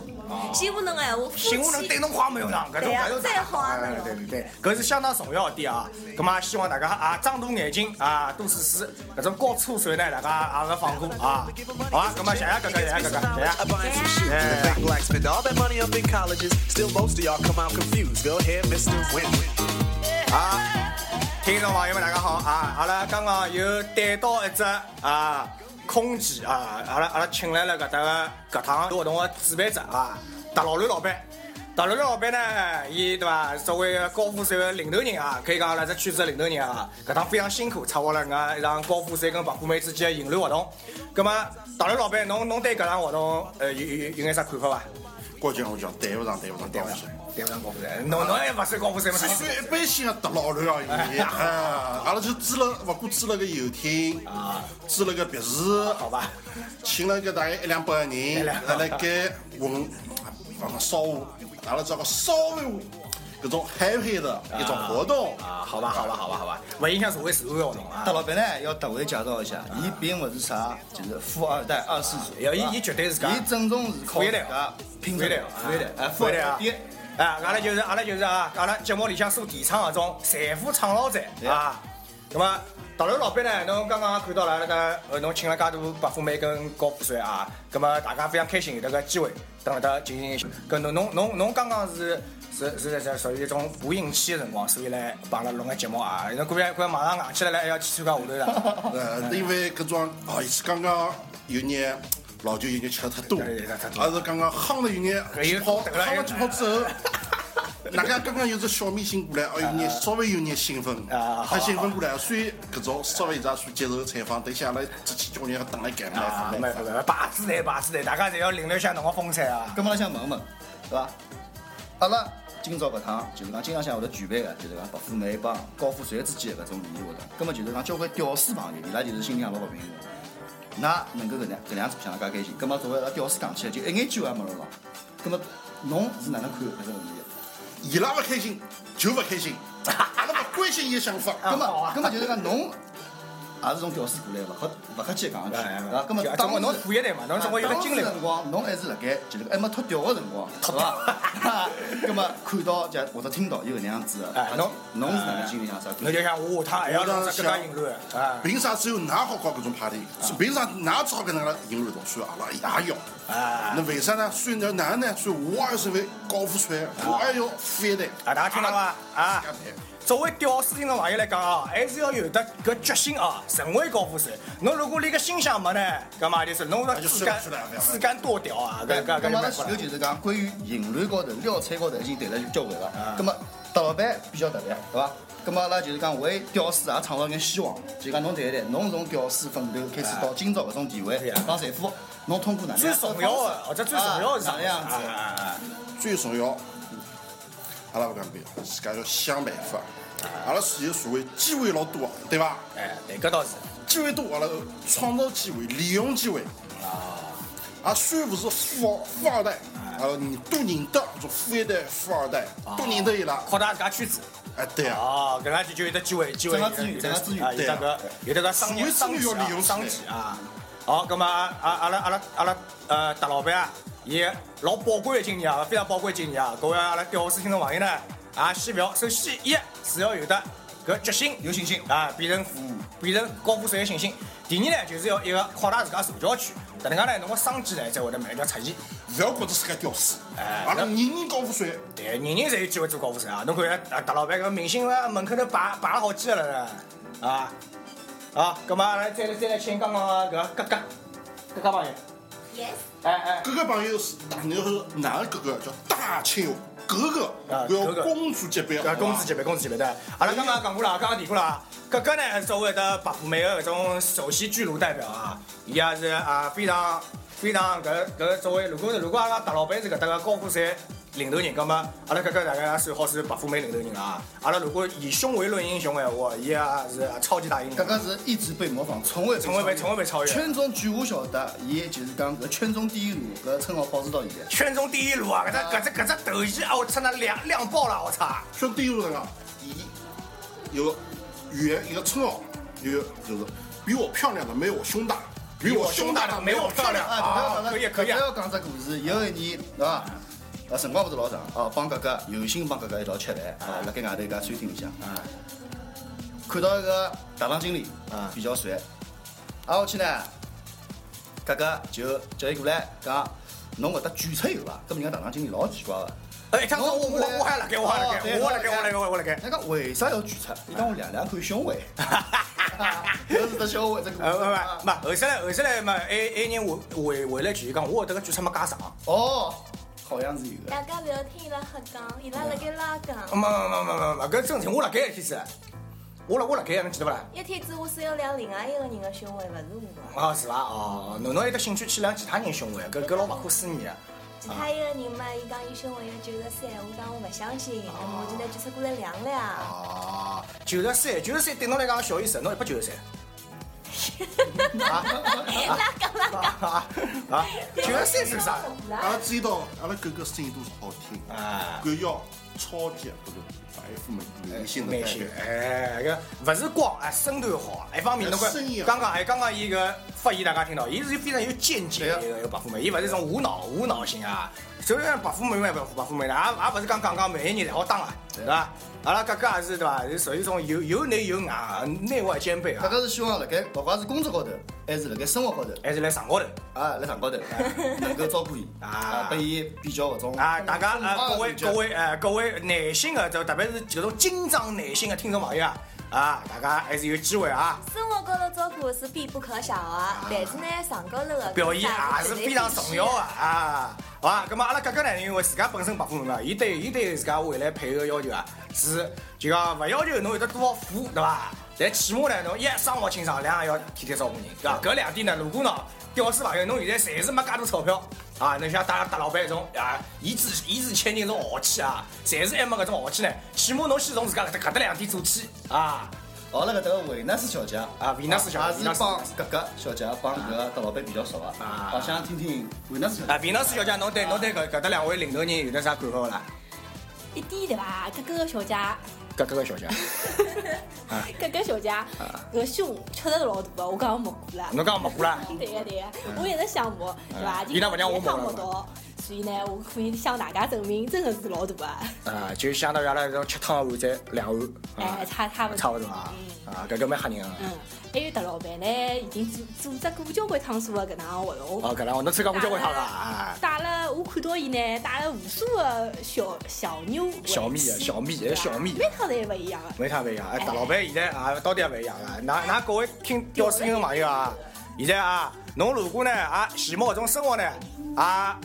Speaker 6: 羡慕侬个闲话，夫妻
Speaker 1: 啊新闻能对侬快没用上，搿种
Speaker 6: 对啊
Speaker 1: 搿种
Speaker 6: 再好啊
Speaker 1: 哎
Speaker 6: 那种
Speaker 1: 对对对，搿是相当重要的点啊。咁啊，希望大家啊张大眼睛啊，多试试搿种高车手呢，大家也勿放过啊。好啊，咁啊，谢谢各位，谢谢各位，
Speaker 7: I buy some
Speaker 1: 谢谢。
Speaker 7: shoes and a fake black, spend all that money up in colleges. Still, most of y'all come out confused. Go ahead, Mr. Win.
Speaker 1: 啊，听众朋友们，大家好啊！阿拉刚刚又对到一只啊空姐啊，阿拉阿拉请来了搿搭个搿趟活动个主办者啊，达老刘老板。达老刘老板呢，伊对伐？作为高富帅个领头人啊，可以讲阿拉这圈子个领头人啊，搿趟非常辛苦，策划了人家一场高富帅跟白富美之间个引流活动。葛么，达刘老板，侬侬对搿场活动呃有有有眼啥看法伐？
Speaker 8: 高级我讲对勿上，对勿上，对勿上。
Speaker 1: 对勿上高富帅，侬侬还勿算高富帅嘛？
Speaker 8: 只算哎一般性的搭老乱而已。 啊，阿拉就租了，勿过租了个游艇，租了个别墅，
Speaker 1: 啊好吧。
Speaker 8: 请了个大概一两百个人，
Speaker 1: 两
Speaker 8: 辣辣盖混，啊稍微，阿拉这个稍微搿种 happy 的一种活动。
Speaker 1: 啊，好吧，好吧，好吧，好吧，勿影响社会自然活动啊
Speaker 3: 大。老板呢，要特别介绍一下，伊并勿是啥，就是富二代、二世祖，
Speaker 1: 哎要伊伊绝对是搿
Speaker 3: 伊正宗是靠
Speaker 1: 富一
Speaker 3: 自
Speaker 1: 代
Speaker 3: 家
Speaker 1: 啊，
Speaker 3: 拼
Speaker 1: 富一
Speaker 3: 出
Speaker 1: 代
Speaker 3: 来的，
Speaker 1: 啊
Speaker 3: 富一代，哎，富
Speaker 1: 富一
Speaker 3: 二
Speaker 1: 代
Speaker 3: 代
Speaker 1: 啊
Speaker 3: 爹。
Speaker 1: 啊，阿拉就是阿拉就是啊，阿拉节目里向所提倡搿种财富创造者
Speaker 3: 对
Speaker 1: 啊。那么，大刘老板呢，侬刚刚看到了那个，呃，侬请了介多白富美跟高富帅啊，那么大家非常开心有得个机会，等了得进行，跟侬侬侬侬刚刚是是是是属于一种不应期的辰光，所以来帮阿拉弄个节目啊，侬估计估计马上硬起来了，还要去参加下头了。
Speaker 8: 呃，因为搿桩啊，也是刚刚有眼老酒有眼吃了太多，啊
Speaker 1: 对对对太多
Speaker 8: 而是刚刚夯了有眼
Speaker 1: 有
Speaker 8: 气泡，
Speaker 1: 得了
Speaker 8: 夯了气泡之后。哪家刚刚有只小明星过来，哦，有眼稍微有眼兴奋，
Speaker 1: 啊好
Speaker 8: 他兴奋过来，所以搿种稍微伊拉算接受采访，等下来这期叫人家等了干
Speaker 1: 啊，
Speaker 8: 嘛
Speaker 1: 没
Speaker 8: 来？
Speaker 1: 没没，把子来把子来，大家侪要领略一下侬个风采啊。
Speaker 3: 咁么拉想问问，对伐？阿拉今朝搿趟啊就是讲经常向会得举办个，就是讲白富美帮高富帅之间的搿种联谊活动。咁么就是讲交关屌丝朋友，伊拉就是心里向老不平衡。㑚能够搿能搿能样子想得介开心，咁么作为阿拉屌丝讲起来，就一眼酒也没落了。咁么侬是哪能看搿种问题？
Speaker 8: 伊拉勿开心就勿 开心，阿拉勿关心伊个想
Speaker 1: 啊
Speaker 8: 法。
Speaker 3: 咁么咁么就是讲侬也是从屌丝过来的，勿客勿客气地讲一句，
Speaker 1: 哎
Speaker 3: 对伐？咁么
Speaker 1: 就总
Speaker 3: 当
Speaker 1: 归
Speaker 3: 时
Speaker 1: 侬是富一代嘛侬总归有得经历嘛
Speaker 3: 当时辰光，侬还是辣盖就是还没脱掉个辰光，脱掉。咁么看到就或者听到有搿能样子的，
Speaker 1: 哎侬
Speaker 3: 侬是哪能经历像啥感
Speaker 1: 侬
Speaker 3: 觉？
Speaker 1: 就想我他还要弄只更加淫乱啊！
Speaker 8: 凭啥只有㑚好搞搿种 party？凭啥㑚只好搿能介引入动？所以阿拉也要。
Speaker 1: 啊
Speaker 8: 那为啥呢？所以呢，哪呢？所以我也是为高富帅，我也要富一代。
Speaker 1: 啊，大家听到伐？啊
Speaker 8: 啊，
Speaker 1: 作为屌丝听众朋友来讲啊，还是要有得搿决心啊，成为高富帅。侬如果连个心想没呢，干嘛就是侬要
Speaker 8: 那就
Speaker 1: 自
Speaker 8: 算了
Speaker 1: 甘
Speaker 8: 算了不要
Speaker 1: 自甘多屌啊！搿搿搿
Speaker 3: 咁
Speaker 1: 就
Speaker 3: 么
Speaker 1: 没
Speaker 3: 阿拉
Speaker 1: 办法
Speaker 3: 前头
Speaker 1: 了。
Speaker 3: 就是讲关于淫乱高头、撩菜高头已经谈了交关了。咁么大老板比较特别，对伐？咁么阿拉就是讲为屌丝也创造眼希望，就讲侬谈一谈，侬从屌丝奋斗开始到今朝搿种地位
Speaker 1: 对啊，
Speaker 3: 讲财富，侬通过哪能
Speaker 1: 最
Speaker 3: 样子
Speaker 1: 重要
Speaker 3: 方式
Speaker 1: 的，或者最重要的是
Speaker 3: 啊哪能样子？
Speaker 8: 最重要，阿拉勿讲别的，自家要想办法。阿拉现有社会机会老多啊，对伐？
Speaker 1: 哎，对，搿倒是。
Speaker 8: 机会多，阿拉创造机会，利用机会。啊，啊，虽然勿是富富二代，
Speaker 1: 啊
Speaker 8: 阿拉你多认得做富一代、富二代，多认得伊拉。
Speaker 1: 扩大自家圈子。
Speaker 8: 哎，对啊。
Speaker 1: 哦，搿能介就有得机会，机会
Speaker 3: 增加资源增加资源
Speaker 1: 啊有得
Speaker 8: 对
Speaker 1: 搿
Speaker 8: 啊
Speaker 1: 有得搿商业
Speaker 8: 社
Speaker 1: 商
Speaker 8: 会
Speaker 1: 机
Speaker 8: 资源要利
Speaker 1: 啊，
Speaker 8: 用起来
Speaker 1: 商机啊。好，咁啊，啊阿拉阿拉阿拉呃，达老板啊，也老宝贵的经验啊，非常宝贵的经验啊。各位阿拉屌丝听众朋友呢，啊，先不要，首先一是要有得搿决心，有信心啊，变成富，变成高富帅的信心。第二呢，就是要一个扩大自家社交圈，搿能介呢，侬个商机呢才会得慢慢地出现。
Speaker 8: 勿要觉着自家屌丝，
Speaker 1: 哎
Speaker 8: 阿拉人人高富帅，
Speaker 1: 对，人人侪有机会做高富帅啊！侬看啊，大老板搿明星啊，门口头摆摆了好几个了呢，啊，好，葛末阿拉再来再来请刚刚个搿个哥哥哥朋友，
Speaker 5: Yes，
Speaker 1: 哎哎，
Speaker 8: 各个朋友是大牛是哪个哥哥叫大庆哦，哥
Speaker 1: 啊
Speaker 8: 哥啊
Speaker 1: 哥哥
Speaker 8: 要公主级别，
Speaker 1: 搿公子啊级别，公子级别的，阿拉刚刚讲过了啊，刚刚提过了啊，搿个呢作为的白富美的搿种首席巨乳代表啊，伊也是啊非常非常搿搿作为，如果如果阿拉大老板是搿搭个高富帅。领头人，葛末阿拉搿个大概也算好是白富美领头人了啊！阿拉如果以胸围论英雄的话，伊也是啊超级大英雄。
Speaker 3: 搿个是一直被模仿，从未
Speaker 1: 从未被从未被超越
Speaker 3: 圈中据我晓得，伊就是讲搿圈中第一路，搿称号保持到现在。
Speaker 1: 圈中第一路啊！搿只搿只搿只头衔啊，我操，那亮亮爆了！我操！
Speaker 8: 兄弟有人啊，一哦有有一个称号，有就是比我漂亮的没有我胸大，比我胸大的没我漂亮。
Speaker 3: 啊，不要讲了
Speaker 1: 可以可以
Speaker 3: 不要讲这故事。有一年，对伐？啊，辰光勿是老长啊，帮哥哥有幸帮哥哥一道吃饭啊，辣盖外头一家餐厅里向，看到一个大堂经理
Speaker 1: 啊
Speaker 3: 比较帅，挨下去呢，哥哥就叫伊过来讲，侬搿搭卷菜有伐？搿么人家大堂经理老奇怪个。
Speaker 1: 哎，他说我我我还辣盖，我还辣
Speaker 3: 哦对
Speaker 1: 盖，我还辣盖，我还辣盖，我还辣盖。
Speaker 3: 人家为啥要举出？伊讲我两两看 胸围，搿是只胸围，这个故事
Speaker 1: 呃，
Speaker 3: 啊
Speaker 1: 不不，不，后首来后首来嘛，还还人回回回来句伊讲，我这个举出没加长。
Speaker 3: 哦，好像是有的。
Speaker 6: 大家不要听伊拉瞎讲，伊拉辣盖拉讲。
Speaker 1: 没没没没没没，搿正经我辣盖一天子，我辣我辣盖，侬记得勿啦？
Speaker 6: 一天子我是要量另外一个人的胸围，勿是我。
Speaker 1: 啊，是伐？哦，侬侬有得兴趣去量其他人胸围，搿搿老勿可思议啊！
Speaker 6: 其他一个人嘛，伊讲伊胸围有九十三，我讲我勿相信，那么我就拿检测过来量了呀。
Speaker 1: 哦，九十三，九十三对侬来讲小意思，侬一百九十三。
Speaker 6: 拉讲拉讲，
Speaker 1: 啊啊，九十三是啥？
Speaker 8: 阿拉知道，阿拉狗狗声音多好听，
Speaker 1: 啊
Speaker 8: 狗要超级不是大 F 美明星的
Speaker 1: 蛮
Speaker 8: 代
Speaker 1: 新
Speaker 8: 表。，
Speaker 1: 哎，搿勿是光啊，身段好，一方面侬
Speaker 8: 声
Speaker 1: 看，
Speaker 8: 音啊
Speaker 1: 刚刚哎，刚刚伊个发言大家听到，伊是非常有见解的
Speaker 3: 对
Speaker 1: 一个一个白富美，伊勿是种无脑无脑型啊。虽然白富美嘛，白富美啦，也也勿是讲讲讲每个人侪好当啊，对伐？阿拉搿个也是对伐？是属于一种有有内有外啊，内外兼备
Speaker 3: 大
Speaker 1: 啊，
Speaker 3: 家是希望辣盖勿管是工作高头，还是辣盖生活高头，
Speaker 1: 还是来上高头。
Speaker 3: 啊，辣上高头 哎能够照顾伊，
Speaker 1: 啊
Speaker 3: 啊，拨伊比较搿种
Speaker 1: 啊，大家呃，各位
Speaker 3: 感觉
Speaker 1: 各位呃，各位男性的，就特别是搿种紧张男性的听众朋友啊，啊，大家还是有机会啊，
Speaker 6: 生活高头照顾是必不可少啊，但是呢，上高头啊的
Speaker 1: 嗯表演也是非常重要的。啊。好吧，咁么阿拉格格呢，因为自家本身白富美嘛，伊对伊对自家未来配偶的要求啊，是就讲勿要求侬有得多少富，对伐？但起码呢，侬一生活清爽，两也要天天照顾人，对伐？搿两点呢，如果喏，屌丝朋友，侬现在侪是没介多钞票啊，侬像大大老板一种啊，颐指颐指千金这种豪气啊，侪是还没搿种豪气呢。起码侬先从自家搿搭搿搭两点做起啊
Speaker 3: 阿哦拉搿搭个维纳斯小姐啊，
Speaker 1: 啊，维纳斯小姐，
Speaker 3: 也是
Speaker 1: 维纳斯
Speaker 3: 帮格格小姐帮搿个大老板比较熟个，
Speaker 1: 啊
Speaker 3: 好想听听维纳斯小姐
Speaker 1: 啊，维纳斯小姐，侬对侬对搿搿搭两位领头人有得啥看法勿啦？
Speaker 9: 一点对伐？搿个小姐，
Speaker 1: 格格个小姐。啊
Speaker 9: 搿个小姐，搿胸确实是老大个，我讲我摸过了。
Speaker 1: 侬讲没过啦？
Speaker 9: 对个对个，我一直想摸，对伐？
Speaker 1: 啊伊拉勿让我摸
Speaker 9: 摸到，所以呢，我可以向大家证明，真的是老大个。
Speaker 1: 啊，就相当于阿拉这种吃汤的碗再两碗，啊
Speaker 9: 哎，差差勿多
Speaker 1: 差不多啊，啊，搿个蛮吓人啊。
Speaker 9: 嗯，还有特老板呢，已经组组织过交关趟数个搿能样活动。
Speaker 1: 哦，搿能，侬参加过交关趟 了啊？
Speaker 9: 带了，我看到伊呢，带了无数个小小妞回去，
Speaker 1: 小蜜啊小蜜哎小蜜
Speaker 9: 每趟侪勿一样个。
Speaker 1: 没啥勿一样，哎，大老板现在啊，到底也勿一样啊。㑚㑚各位听屌丝听众朋友啊，现在啊，侬如果呢啊，羡慕搿种生活呢，啊。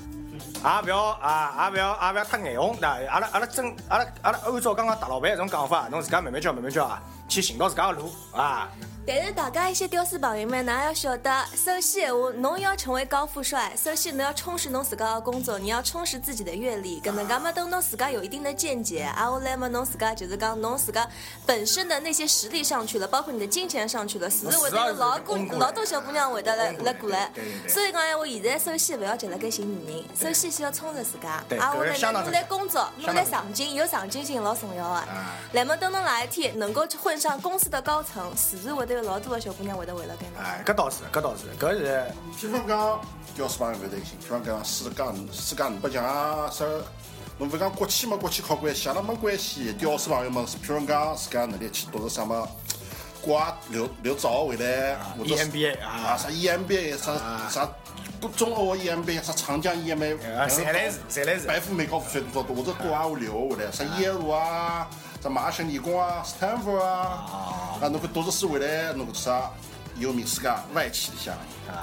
Speaker 1: 也勿要啊，也勿要，也勿要太眼红，那阿拉阿拉真，阿拉阿拉按照刚刚大老板搿种讲法，侬自家慢慢叫，慢慢叫啊，去寻到自家的路啊。
Speaker 6: 但是大家一些屌丝朋友们，㑚要晓得，首先闲话，侬要成为高富帅，首先侬要充实侬自家的工作，你要充实自己的阅历，搿能
Speaker 1: 啊
Speaker 6: 介嘛，等侬自家有一定的见解，啊，后来嘛，侬自家就是讲侬自家本身的那些实力上去了，包括你的金钱上去了，自然会得有老姑老多小姑娘会得来来过来。所以讲闲话，现在首先勿要急辣盖寻女人，首先先要充实自家
Speaker 1: 对，
Speaker 6: 啊，
Speaker 1: 搿
Speaker 6: 后
Speaker 1: 是
Speaker 6: 来
Speaker 1: 相当
Speaker 6: 侬
Speaker 1: 正
Speaker 6: 来
Speaker 1: 确
Speaker 6: 工作，侬
Speaker 1: 相
Speaker 6: 来
Speaker 1: 当
Speaker 6: 上进，有啊上进心老重要的。
Speaker 1: 哎
Speaker 6: 那么等侬哪一天能够去混上公司的高层，自然会得有老多的小姑娘会得为了搿侬。
Speaker 1: 哎，搿倒是，搿倒是，搿是
Speaker 8: 比方讲，屌丝朋友勿担心，比方讲世界五世界五百强啊啥，侬勿讲国企嘛，国企靠关系，阿拉没关系。屌丝朋友们，比方讲自家能力去读个啥么。挂留留早回来，或者是
Speaker 1: EMBA 啊
Speaker 8: 啊啥 EMBA 啥啥中欧 EMBA 啥长江 EMBA，
Speaker 1: 啊侪来是侪来是
Speaker 8: 白富美高富帅多多，或者国外留下来，啥耶鲁啊，啥麻省理工啊，斯坦福啊，啊，侬搿读着书回来，侬搿啥有名世界外企里向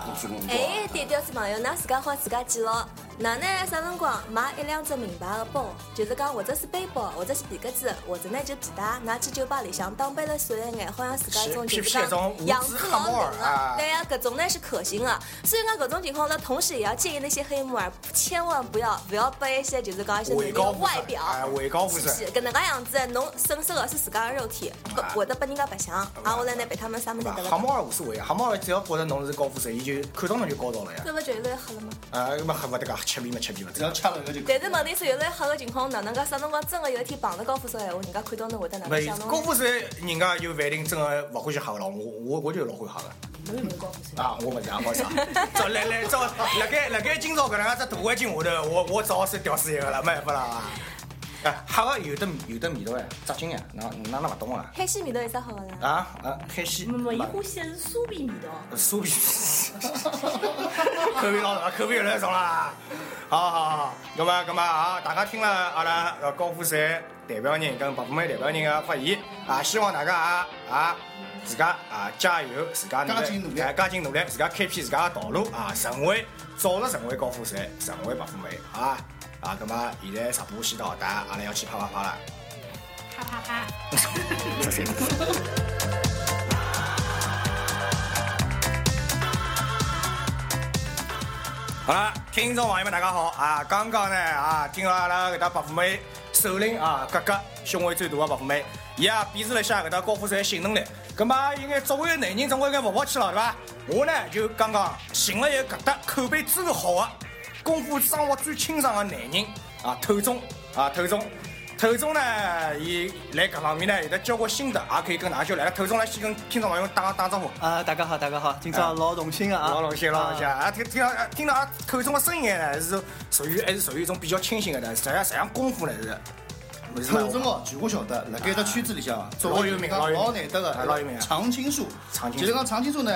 Speaker 8: 侬做工作啊。
Speaker 6: 哎，对屌丝朋友，㑚自家好自家记牢。哪能啥辰光买一两只名牌的包，就是讲或者是背包，或者是皮革子，或者呢就皮带，拿去酒吧里向当杯了算一眼，好像自家一种
Speaker 1: 是
Speaker 6: 就是
Speaker 1: 是
Speaker 6: 讲
Speaker 1: 是一种
Speaker 6: 样
Speaker 1: 无知
Speaker 6: 子
Speaker 1: 黑
Speaker 6: 老
Speaker 1: 木耳
Speaker 6: 明
Speaker 1: 啊
Speaker 6: 了。对呀，搿种呢是可行的。所以讲搿种情况呢，同时也要建议那些黑木耳，千万不要不要被一些就是讲一些
Speaker 1: 伪
Speaker 6: 男
Speaker 1: 高
Speaker 6: 的
Speaker 1: 富帅
Speaker 6: 外表
Speaker 1: 哎伪高富
Speaker 6: 是
Speaker 1: 帅
Speaker 6: 哦不是搿能介样子，侬损失的是自家的肉体，不
Speaker 1: 啊
Speaker 6: 会得拨人家白相。啊，我来呢被他们啥物事得
Speaker 1: 黑
Speaker 6: 了。
Speaker 1: 猫儿无所谓，黑猫儿只要觉着侬是高富帅，伊就看到侬就高潮了呀。
Speaker 6: 这勿就越来越黑了吗？
Speaker 1: 啊，没黑勿得讲，吃皮嘛吃皮嘛。
Speaker 3: 只要吃了搿就。
Speaker 6: 但是问题是，有来黑个情况，哪能介啥辰光真个有一天碰着高富帅闲话，人家看到侬会得哪能想
Speaker 1: 勿，高
Speaker 6: 侬？
Speaker 1: 富帅人家有勿一定真个勿欢喜黑个咯，我我我就老欢喜黑
Speaker 9: 侬有没有高富帅？
Speaker 1: 啊，我勿是啊，好 啥？早来来早，辣盖辣盖今朝搿能啊介只大环境下头，我我只好是屌丝一个了，没办法了啊！哎，黑个有的有的味道哎，扎金哎，哪哪能勿懂啊？
Speaker 6: 海鲜味道有啥好的啦？
Speaker 1: 啊啊，海鲜
Speaker 9: 没没，伊欢喜的是苏味味道。
Speaker 1: 酥皮，口味老重，口味越来越重啦。好好好，那么那么啊，大家听了阿拉呃高富帅代表人跟白富美代表人的发言啊，希望大家啊啊自家啊加油，自家
Speaker 3: 加紧努力
Speaker 1: 哎加紧努力，自家开辟自家的道路啊，成为早日成为高富帅，成为白富美啊啊，那么现在直播先到这，阿拉要去啪啪啪了。好了，听众朋友们，大家好啊！刚刚呢啊，听了阿拉搿搭白富美首领啊，格格胸围最大的白富美，伊也辨识了一下搿搭高富帅的性能力。葛末有眼作为个男人，总归有眼勿服气了，对伐？我呢就刚刚寻了一个搿搭口碑最好的、功夫生活最清爽的男人啊，透中啊，透中。透中呢，伊辣搿方面呢有得交关啊心得，也可以跟大家交流。来，透中来先跟听众朋友们打打招呼。
Speaker 4: 啊，大家好，大家好，今朝老荣幸啊！
Speaker 1: 老荣幸，老荣幸
Speaker 4: 啊！
Speaker 1: 啊！听听到啊听到啊口中的声音呢，是属于还哎是属于一种比较清新的呢？实际上实际上功夫呢是，是
Speaker 3: 口中哦，全国晓得，辣盖只圈子里向作为
Speaker 1: 老有名老有名
Speaker 3: 老难得
Speaker 1: 啊
Speaker 3: 个，
Speaker 1: 老有名啊
Speaker 3: 常青树，
Speaker 1: 常青树
Speaker 3: 就是讲常青树呢，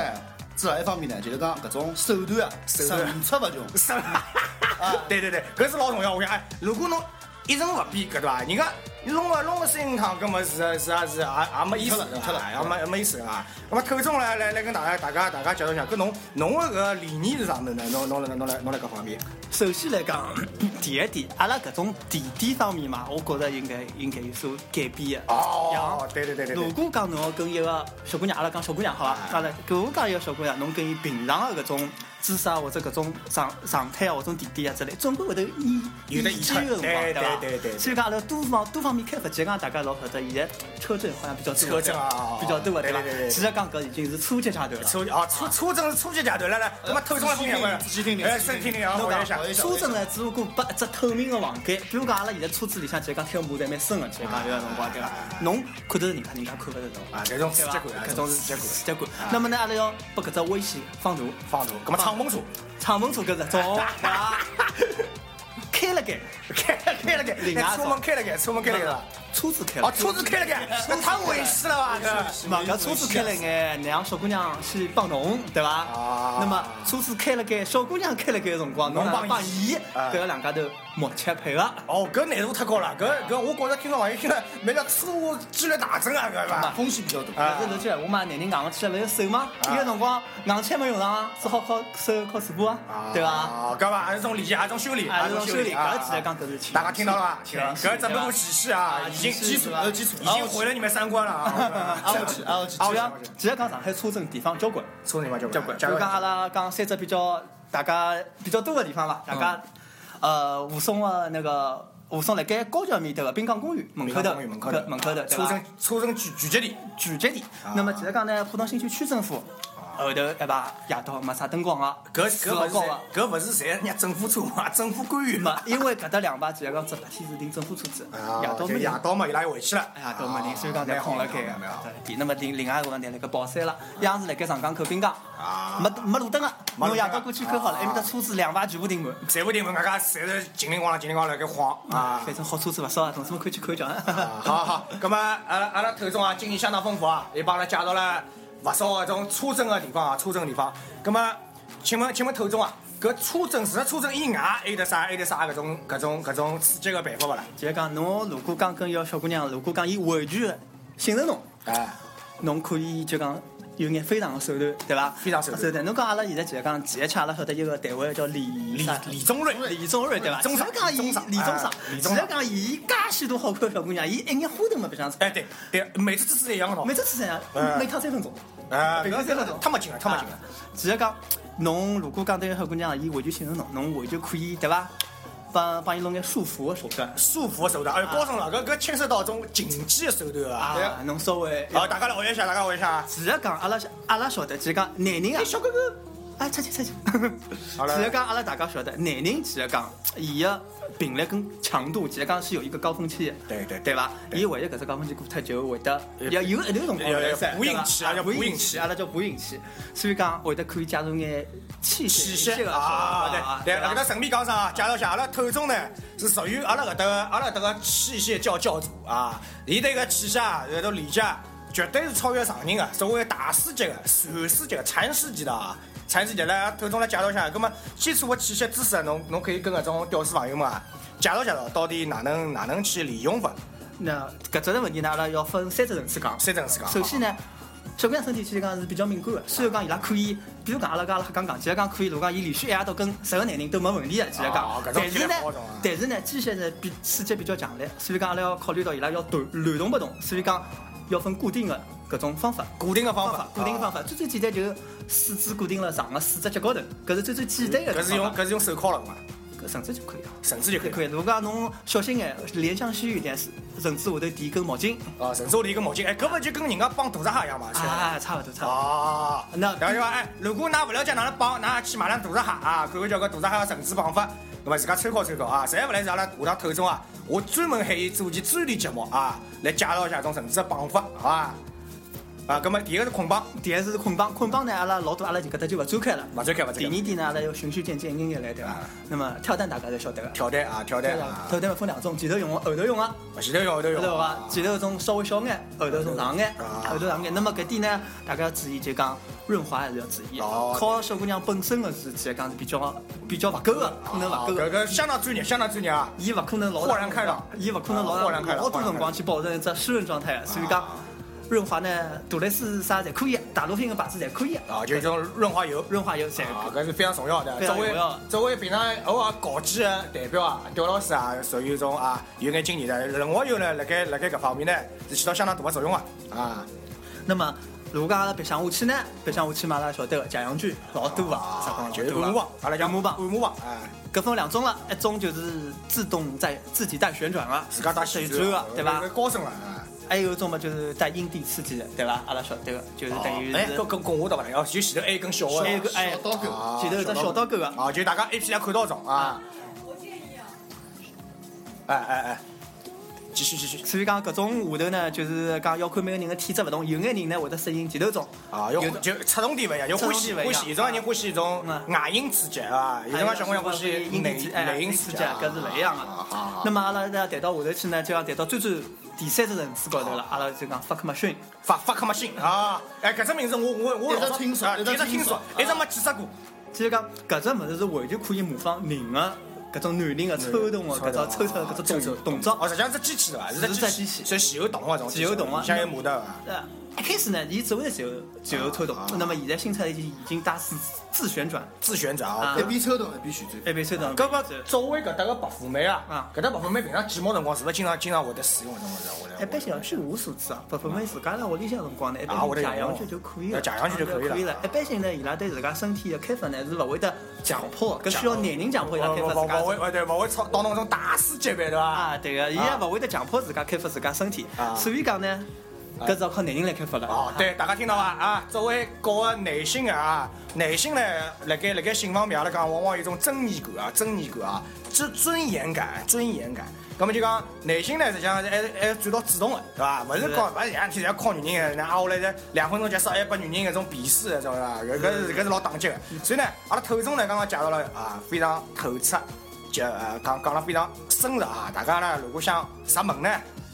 Speaker 3: 至少一方面呢，就是讲搿种手段啊，
Speaker 1: 手段
Speaker 3: 层出不穷。
Speaker 1: 是 吧？对对对，搿是老重要。我讲，哎，如果侬一成勿变，搿对伐？人家弄个弄个声音堂，搿么是是啊是啊，也也没意思
Speaker 3: 跳了
Speaker 1: 对伐
Speaker 3: 跳了
Speaker 1: 也没也没意思啊。那么口中来来来跟大家大家大家介绍一下，搿侬侬的搿个理念是啥物事呢？侬侬来侬来侬来搿方面，
Speaker 4: 首先来讲， 第一点，阿拉搿种地点方面嘛，我觉着应该应该有所改变的。
Speaker 1: 哦
Speaker 4: 像，
Speaker 1: 对对对对对，
Speaker 4: 如果讲侬要跟一个小姑娘，阿拉讲小姑娘好伐？阿拉如果讲一个小姑娘，侬跟伊平常的搿种姿势啊，或者搿种状状态啊，或者地点啊之类，总归会得意
Speaker 1: 有得
Speaker 4: 意
Speaker 1: 遗
Speaker 4: 见
Speaker 1: 憾
Speaker 4: 个辰光，
Speaker 1: 对
Speaker 4: 伐？
Speaker 1: 对对对对
Speaker 4: 所以讲阿拉多方多方面开发，就讲大家老晓得，现在车震好像比较多
Speaker 1: 车
Speaker 4: 的，
Speaker 1: 震啊
Speaker 4: 比较多的，
Speaker 1: 对
Speaker 4: 伐
Speaker 1: 对对对？
Speaker 4: 其实讲搿已经是初级阶段了。
Speaker 1: 初啊初初正是初级阶段，来来，那么透中来分享分享，
Speaker 3: 仔细听听
Speaker 1: 哎，
Speaker 3: 仔
Speaker 1: 先
Speaker 3: 细听
Speaker 1: 听
Speaker 3: 听
Speaker 1: 听，我一下。
Speaker 4: 车震呢，只不过拨一只透明的房间，比如讲阿拉现在车子里向就是讲贴个膜侪蛮深的，就是讲有个辰光对伐？侬看得着人家，人家看勿着侬
Speaker 1: 啊，搿种刺
Speaker 4: 对
Speaker 1: 激
Speaker 4: 伐
Speaker 1: 感啊，？
Speaker 4: 搿种是
Speaker 1: 刺激感。
Speaker 4: 结果。那么呢，阿拉要把搿只威胁放大，
Speaker 1: 放大，葛么敞篷车，
Speaker 4: 敞篷车搿只走，啊开了盖，
Speaker 1: 开开了盖，哎车门开了盖，车 门开了盖了，
Speaker 4: 车子开了
Speaker 1: 哦，。车子开了盖，那太危险了吧？搿
Speaker 4: 嘛，搿车子开了眼，让小姑娘去帮侬，对伐？
Speaker 1: 啊
Speaker 4: 那么车子开了该，小姑娘开了该个辰光，侬
Speaker 1: 侬
Speaker 4: 帮
Speaker 1: 帮
Speaker 4: 帮
Speaker 1: 伊
Speaker 4: 伊，
Speaker 1: 啊
Speaker 4: 搿个两家头默契配合。
Speaker 1: 哦，搿难度太高了，搿搿我觉着听到网友听了，没了车祸几率大增啊，搿是吧？
Speaker 3: 风险比较大。
Speaker 4: 但是头句闲话嘛，男人硬勿起来勿是手嘛，
Speaker 1: 啊
Speaker 4: 伊个辰光硬起来没用上啊，只好靠手靠嘴巴啊，对伐？
Speaker 1: 哦，搿伐，也是种理解，也是种修理，
Speaker 4: 啊，这种修理，
Speaker 1: 啊
Speaker 4: 搿只来讲搿是情绪
Speaker 1: 大家听到了伐？听到了搿只不过
Speaker 4: 对伐
Speaker 1: 几期啊，已经
Speaker 4: 几期
Speaker 1: 呃几期已经毁了你们三观了啊！
Speaker 3: 啊，我去，啊，我去，
Speaker 4: 主要主要讲上海车震地方交关，
Speaker 1: 车你妈交
Speaker 4: 交
Speaker 1: 关
Speaker 4: 关。，就讲阿拉讲三只比较大家比较多的地方伐？大家呃，武松的那个武松辣盖高桥面头个滨江公园门口头，
Speaker 1: 门口头，啊
Speaker 4: 门口头，对
Speaker 1: 车
Speaker 4: 伐
Speaker 1: 身？车身聚聚集地，
Speaker 4: 聚集地。那么其实讲呢，浦东新区区政府后头对伐？夜到没啥灯光啊，
Speaker 1: 搿
Speaker 4: 是
Speaker 1: 搿勿
Speaker 4: 勿
Speaker 1: 是
Speaker 4: 高啊
Speaker 1: 侪。搿勿是侪人家政府车嘛， 政府官员嘛。
Speaker 4: 嘛，因为搿搭两排就是讲只白天是停政府车子，
Speaker 1: 啊
Speaker 4: 夜到
Speaker 1: 就
Speaker 4: 没
Speaker 1: 夜
Speaker 4: 人。
Speaker 1: 到嘛，伊拉又回去了。啊
Speaker 4: 哎呀，都没人，所以讲
Speaker 1: 蛮
Speaker 4: 才
Speaker 1: 好
Speaker 4: 空了
Speaker 1: 蛮
Speaker 4: 盖
Speaker 1: 好蛮好
Speaker 4: 个。对那么另另外一个问题，辣盖宝山了，央视辣盖上江口滨江
Speaker 1: 啊，
Speaker 4: 没没路灯个，
Speaker 1: 没路
Speaker 4: 侬
Speaker 1: 灯啊
Speaker 4: 夜到过去看好了，埃面搭车子两排全部停满。
Speaker 1: 全部停门，外加侪是叮铃咣啷、叮铃咣啷盖晃
Speaker 4: 嗯
Speaker 1: 啊！
Speaker 4: 反正好车子勿少啊，同志们看去看一瞧啊。
Speaker 1: 啊好好，咁么阿拉阿拉头中啊，经验相当丰富啊，也帮阿拉介绍了勿少搿种车震个地方啊，车震地方。咁么，请问请问头中啊，搿车震除了车震以外，还有得啥还有得啥搿种搿种搿种刺激个办法勿啦？
Speaker 4: 就是讲侬如果讲跟一个小姑娘，如果讲伊完全信任侬，
Speaker 1: 哎，
Speaker 4: 侬可以就讲有眼非常的手段，对伐？
Speaker 1: 非常手段
Speaker 4: 侬讲阿拉现在就是讲前一期阿拉晓得一个台湾叫李
Speaker 1: 李
Speaker 4: 啥
Speaker 1: 李宗瑞，
Speaker 4: 李宗瑞对伐？
Speaker 1: 宗瑞
Speaker 4: 其实讲伊
Speaker 1: 宗瑞
Speaker 4: 李宗
Speaker 1: 哎
Speaker 4: 盛，
Speaker 1: 李
Speaker 4: 其
Speaker 1: 宗瑞
Speaker 4: 实讲伊介许多好看的小姑娘，伊一眼花都没白相出。
Speaker 1: 哎对对，每次姿势一样个咯
Speaker 4: 每。次吃啥
Speaker 1: 哎？
Speaker 4: 每趟三分钟。
Speaker 1: 哎，
Speaker 4: 每趟三分钟。
Speaker 1: 太没劲了，太没劲了
Speaker 4: 啊。。其实讲，侬如果讲对个小姑娘，伊完全信任侬，侬完全可以对伐？帮帮伊弄眼束缚的手段。
Speaker 1: 束缚个手段，哎，高中了，搿搿牵涉到一种竞技个手段啊。
Speaker 4: 啊，侬稍微。
Speaker 1: 好，大家来学一下，大家学一下啊。
Speaker 4: 其实讲，阿拉阿拉晓得，就是讲男人啊，小哥哥，啊，出去出去。
Speaker 1: 阿拉
Speaker 4: 其实讲阿拉大家晓得，男人其实讲伊个频率跟强度，其实讲是有一个高峰期的，
Speaker 1: 对对
Speaker 4: 对伐？伊为了搿只高峰期过脱，就会得要有一段辰光
Speaker 1: 要要
Speaker 4: 噻
Speaker 1: 补
Speaker 4: 对伐
Speaker 1: 运气
Speaker 4: 啊
Speaker 1: 啊叫
Speaker 4: 补
Speaker 1: 补
Speaker 4: 运
Speaker 1: 运
Speaker 4: 气，
Speaker 1: 气
Speaker 4: 阿拉叫补运气，所以讲会得可以加入眼气
Speaker 1: 气
Speaker 4: 息
Speaker 1: 息
Speaker 4: 个
Speaker 1: 啊，对对，
Speaker 4: 伐
Speaker 1: 搿搭顺便讲声啊，介绍一下，阿拉透中呢是属于阿拉搿搭阿拉搿搭个器械教教主啊，伊对搿器械啊，搿种理解绝对是超越常人的，作为大师级的、禅师级的、禅师级的啊。禅师级来透中来介绍一下，葛末基础的器械知识啊，侬侬可以跟搿种屌丝朋友们啊介绍介绍，到底哪能哪能去利用法？
Speaker 4: 那搿只问题呢，阿拉要分三只层次讲。
Speaker 1: 三层次讲，
Speaker 4: 首先呢，小姑娘身体其实讲是比较敏感的，虽然讲伊拉可以，比如讲阿拉讲阿拉刚讲，其实讲可以，如果讲伊连续一夜到跟十个男人都没问题的，其实
Speaker 1: 啊
Speaker 4: 讲
Speaker 1: 搿，种
Speaker 4: 但是呢
Speaker 1: 体力活动啊，
Speaker 4: 但是呢，机械呢比刺激比较强烈，所以讲阿拉要考虑到伊拉要动乱动不动，所以讲要分固定的搿种方法。
Speaker 1: 固定的方
Speaker 4: 方
Speaker 1: 法啊
Speaker 4: 法，，固定方法，最最简单就是四肢固定了上个四只脚高头，搿是最最简单的
Speaker 1: 啊。搿是用搿是用手铐了嘛，
Speaker 4: 搿绳子就可以了。
Speaker 1: 绳子就可以
Speaker 4: 就
Speaker 1: 了。
Speaker 4: 可以，如果讲侬小心眼，怜香惜玉点，甚至下头垫根毛巾
Speaker 1: 啊，神手里一个毛巾，哎，搿勿就跟人家帮大闸蟹一样嘛？是吧
Speaker 4: 啊，差不多差不多。
Speaker 1: 哦，
Speaker 4: 那
Speaker 1: 然后就讲，哎，如果㑚勿了解哪能绑，㑚去买辆大闸蟹啊，看看叫搿大闸蟹个绳子绑法，那么自家参考参考啊。实在勿来是阿拉下趟透中啊，我专门喊伊做期专题节目啊，来介绍一下这种绳子的绑法，好伐？啊，葛么第一个是捆绑，
Speaker 4: 第一是捆绑，捆绑呢，阿拉老多阿拉就搿搭就勿展开了。
Speaker 1: 勿展开勿
Speaker 4: 第
Speaker 1: 展开，
Speaker 4: 二点呢，阿拉要循序渐进，一眼眼来，对伐
Speaker 1: 啊？
Speaker 4: 那么跳蛋大家侪晓得个，
Speaker 1: 跳弹啊，跳弹啊，
Speaker 4: 头蛋分两种，前头用个，啊后头用个，
Speaker 1: 前头用后头
Speaker 4: 晓
Speaker 1: 用，
Speaker 4: 得伐？前头种稍微小眼，后头种长眼，
Speaker 1: 啊
Speaker 4: 后头长眼。那么搿点呢，大家要注意，就讲润滑还是要注意
Speaker 1: 哦。
Speaker 4: 靠小姑娘本身个是，其实讲是比较比较勿够个，可能勿
Speaker 1: 啊
Speaker 4: 够
Speaker 1: 搿
Speaker 4: 个。
Speaker 1: 个相当专业，相当专业啊。
Speaker 4: 伊勿可能老
Speaker 1: 豁然开朗
Speaker 4: 伊勿可能老
Speaker 1: 啊豁然开朗啊
Speaker 4: 老多辰光去保证一只湿润状态个，所以讲润滑呢，杜蕾斯啥侪可以，大陆品个牌子侪可以，
Speaker 1: 啊，就是这种润滑油。
Speaker 4: 润滑油侪
Speaker 1: 啊，搿是非常重要的。
Speaker 4: 非
Speaker 1: 作
Speaker 4: 常重
Speaker 1: 为
Speaker 4: 要
Speaker 1: 作为平常偶尔搞基的代表啊，刁老师啊，属于一种啊有眼经验的。润滑油呢，辣盖辣盖搿方面呢，是起到相当大的作用啊。啊，
Speaker 4: 那么，如果讲阿拉白相下去呢，白相下去嘛，阿拉晓得个假洋剧老多个，啥
Speaker 1: 啊
Speaker 4: 讲
Speaker 1: 就
Speaker 4: 究
Speaker 1: 是
Speaker 4: 多
Speaker 1: 按摩
Speaker 4: 个
Speaker 1: 棒，阿拉讲
Speaker 4: 按摩棒
Speaker 1: 按摩棒，哎，
Speaker 4: 搿分两种了，一种就是自动带自己带旋转个，
Speaker 1: 自家带啊
Speaker 4: 旋
Speaker 1: 转
Speaker 4: 转个，对伐？
Speaker 1: 高深了。啊
Speaker 4: 还有一种嘛，就是带阴蒂刺激的，对伐？阿拉晓得个，就是等于
Speaker 1: 哎，
Speaker 4: 是
Speaker 1: 搿跟跟我倒勿来，哦，就前头还有一根小的，
Speaker 4: 还有个哎，
Speaker 3: 刀钩
Speaker 1: 啊
Speaker 4: 前头有只小刀钩个，
Speaker 1: 啊，就大家 A P 来看到种啊。我建议啊。哎哎哎，继续继续。
Speaker 4: 所以讲搿种下头呢，就是讲要看每个人的体质勿同，有眼人呢会得适应前头种，
Speaker 1: 啊，要
Speaker 4: 有
Speaker 1: 就侧重点勿一样，要欢喜
Speaker 4: 侧重点勿
Speaker 1: 欢
Speaker 4: 一样
Speaker 1: 喜，有种人欢喜一种
Speaker 4: 嗯
Speaker 1: 外阴刺激啊，有
Speaker 4: 还
Speaker 1: 种人小姑娘欢喜
Speaker 4: 阴
Speaker 1: 内
Speaker 4: 茎刺哎
Speaker 1: 内阴
Speaker 4: 刺
Speaker 1: 刺
Speaker 4: 激
Speaker 1: 激啊，
Speaker 4: 搿是勿一样个。那么阿拉呢谈到下头去呢，就要谈到最最第三只层次高头了，阿拉就讲 fuck machine。
Speaker 1: 发发克嘛心啊！哎，搿只名字我我我
Speaker 3: 一直
Speaker 1: 老早
Speaker 3: 听说
Speaker 1: 啊
Speaker 3: 一
Speaker 1: 一
Speaker 3: 直
Speaker 1: 直听
Speaker 3: 听
Speaker 1: 说
Speaker 3: 说，
Speaker 1: 一直没见识过。
Speaker 4: 其实讲搿只物事是完全可以模仿人的搿种男人的抽动的搿种抽抽搿种动动
Speaker 1: 哦，
Speaker 4: 作。
Speaker 1: 实际上是机器对伐？是只
Speaker 4: 是只
Speaker 1: 机
Speaker 4: 机
Speaker 1: 器，
Speaker 4: 器
Speaker 1: 是前后动啊，这种
Speaker 4: 前后动啊
Speaker 1: 像有马的啊。
Speaker 4: 呃，一开始呢，伊只会前后前后抽动，那么现在新出来已经已经带自自旋转，
Speaker 1: 自旋转啊
Speaker 4: 啊。
Speaker 3: 一边抽动一边旋转。
Speaker 4: 一边抽动。
Speaker 1: 搿么作为搿搭个白富美啊
Speaker 4: 啊，
Speaker 1: 搿搭白富美平常寂寞辰光是勿是经常经常会得使用搿种物事啊？我来
Speaker 4: 一般性据我所知啊，不不每自家辣屋里向辰光呢，一般
Speaker 1: 啊我得
Speaker 4: 性假
Speaker 1: 用
Speaker 4: 洋酒就可以了，
Speaker 1: 假洋酒就可以了
Speaker 4: 可以了。一般性呢，伊拉对自家身体的开发呢是勿会得强迫的，搿需要男人强迫伊拉开
Speaker 1: 勿
Speaker 4: 发
Speaker 1: 勿
Speaker 4: 自家
Speaker 1: 勿会
Speaker 4: 身体。
Speaker 1: 勿对，勿会操到那种大师级别对伐？
Speaker 4: 啊，对个，伊也勿会得强迫自家开发自家身体
Speaker 1: 啊，
Speaker 4: 所以讲呢，搿是要靠男人来开发了。
Speaker 1: 哦，对，大家听到伐？啊，作为搞个男性个啊，男性呢，辣盖辣盖性方面，阿拉讲往往有一种正义感啊，正义感啊，尊尊严感，尊严感。咁么就讲男性呢，实际上是还是还是转到主动个，对伐？勿是讲勿是两天侪靠女人个，那挨下来才两分钟结束，还拨女人搿种鄙视搿种是伐？搿搿是搿是老打击个。所以呢，阿拉透中呢，刚刚介绍了啊，非常透彻，就呃讲讲了非常深入啊。大家呢，如果想入门呢，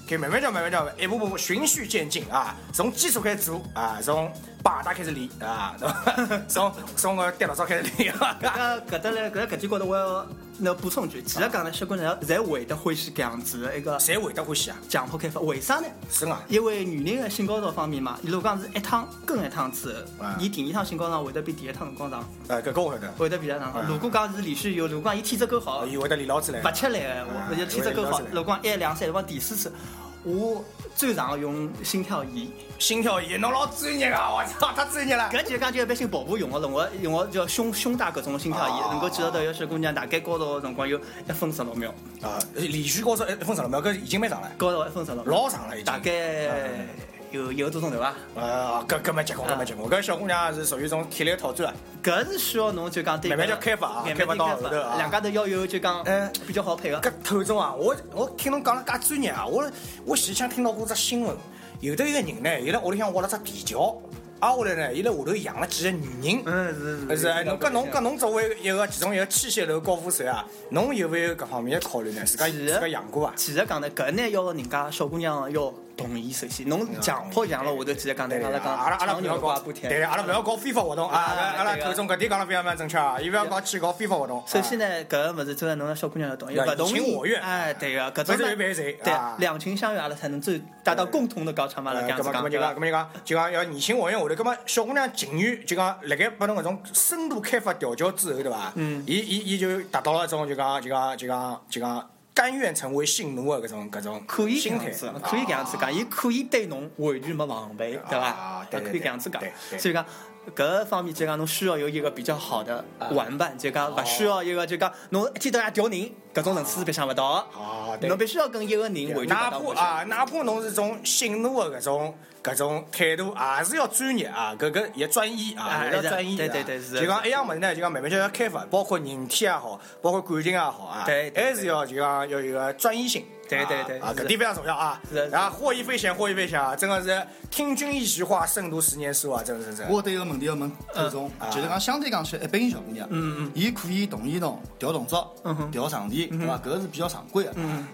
Speaker 1: 可以慢慢叫，慢慢叫，一步步循序渐进啊，从基础开始做啊，从把大开始练啊，对吧从从个电脑上开始练啊。
Speaker 4: 搿搿搭嘞，搿搿点高头我要那补充句，其实讲呢，小姑娘侪会得欢喜搿样子的一个
Speaker 1: 谁会得欢喜啊？
Speaker 4: 强迫开发，为啥呢？
Speaker 1: 是啊，
Speaker 4: 因为女人的性高潮方面嘛，伊如果讲是一趟跟一趟之后
Speaker 1: 啊，
Speaker 4: 伊第二趟性高潮会得比第一趟辰光长，
Speaker 1: 呃，搿个我晓得，
Speaker 4: 会得比第一趟
Speaker 1: 啊
Speaker 4: 长。如果讲是连续有，如果讲伊体质够好，
Speaker 1: 伊会得练牢起来
Speaker 4: 勿。吃力的话，
Speaker 1: 哎
Speaker 4: 而且体质够好，如果讲一两三，如果讲第四次，我最常用心跳仪。
Speaker 1: 心跳仪，侬老专业啊！我操，太专业了。
Speaker 4: 搿就是讲就一般性跑步用个，辰光用个叫胸胸大搿种心跳
Speaker 1: 啊
Speaker 4: 仪，能够记录到一个小姑娘大概高潮个辰光有一分十六秒，
Speaker 1: 呃啊，连续高潮一分十六秒，搿已经蛮长了，
Speaker 4: 高潮一分十六秒，
Speaker 1: 老长了已经。
Speaker 4: 大概有有多钟头啊？
Speaker 1: 呃，搿搿没结棍，搿没结棍。搿小姑娘是属于一种体力挑战，
Speaker 4: 搿是需要侬就讲对
Speaker 1: 慢慢
Speaker 4: 搿
Speaker 1: 就开发啊
Speaker 4: 慢慢
Speaker 1: 开发
Speaker 4: 地
Speaker 1: 到
Speaker 4: 开
Speaker 1: 后头啊
Speaker 4: 两家头要有就讲
Speaker 1: 嗯
Speaker 4: 比较好配合。
Speaker 1: 搿透中啊，我我听侬讲了介专业啊，我我前腔听到过只新闻，有得一个人呢，伊辣屋里向挖了只地窖，挨下来呢，伊辣下头养了几个女人。
Speaker 4: 嗯，是
Speaker 1: 是，啊哎侬搿侬搿侬作为一个其中一个器械楼高富帅啊，侬有没有搿方面的考虑呢？自家
Speaker 4: 是啊
Speaker 1: 自家养过啊伐？
Speaker 4: 其实讲呢，搿呢要人家小姑娘要同意首先，侬强迫强了下头，其实讲呢，阿拉讲
Speaker 1: 嗯阿拉阿拉
Speaker 4: 强
Speaker 1: 不要
Speaker 4: 扭
Speaker 1: 搞
Speaker 4: 瓜，不甜。
Speaker 1: 对，阿拉不要搞非法活动啊！
Speaker 4: 啊
Speaker 1: 阿拉
Speaker 4: 对个
Speaker 1: 口中搿点讲了非常非常正确啊，伊不要搞去搞非法活动。
Speaker 4: 首先呢，搿物事真的侬让小姑娘要同意，
Speaker 1: 要
Speaker 4: 勿同
Speaker 1: 你情我
Speaker 4: 意，
Speaker 1: 愿
Speaker 4: 哎，对个，搿
Speaker 1: 反
Speaker 4: 种
Speaker 1: 正
Speaker 4: 呢
Speaker 1: 又没谁
Speaker 4: 对
Speaker 1: 啊，
Speaker 4: 两情相悦，阿拉才能最达到共同的高潮嘛，阿拉
Speaker 1: 呃
Speaker 4: 这样子
Speaker 1: 搿
Speaker 4: 讲
Speaker 1: 么，就
Speaker 4: 对
Speaker 1: 讲，搿
Speaker 4: 伐？
Speaker 1: 么就讲，就讲要你情我愿下头，搿么小姑娘情愿就讲，辣盖拨侬搿种深度开发调教之后，对伐？嗯，伊伊伊就达到了一种就讲就讲就讲就讲甘愿成为性奴的搿种搿种
Speaker 4: 可以搿
Speaker 1: 心
Speaker 4: 样
Speaker 1: 态
Speaker 4: 子，，可以搿样子讲，伊可以对侬完全没防备，对伐
Speaker 1: 啊？对
Speaker 4: 可
Speaker 1: 对
Speaker 4: 以搿样子讲
Speaker 1: 对，对
Speaker 4: 所以讲。搿方面就讲侬需要有一个比较好的
Speaker 1: 啊
Speaker 4: 玩伴，就
Speaker 1: 哦
Speaker 4: 讲勿需要一个就讲侬一天到夜调人，搿种层次是白相勿到的。哦
Speaker 1: 啊对
Speaker 4: 侬必须要跟一个人完全
Speaker 1: 哪
Speaker 4: 达到
Speaker 1: 怕
Speaker 4: 默契。
Speaker 1: 啊，哪怕侬是种性奴的搿种搿种态度，也是要专业啊，搿个也专一啊，
Speaker 4: 哎
Speaker 1: 也要专一的啊。
Speaker 4: 对对对是的
Speaker 1: 就讲一样物事呢，就讲慢慢就要开发，包括人体也好，包括感情也好啊，
Speaker 4: 对对对
Speaker 1: 还是要就讲要有个专一性。
Speaker 4: 对对对
Speaker 1: 啊，啊
Speaker 4: 是
Speaker 1: 搿点非常重要啊
Speaker 4: 是的！是的
Speaker 1: 然后获益匪浅，获益匪浅啊！真的是听君一席话，胜读十年书啊！真的是真的。
Speaker 3: 我对一个问题要问寇总，就是讲相对讲起来，一般性小姑娘，伊可以同意侬调动作、调场地，对伐？搿是比较常规的。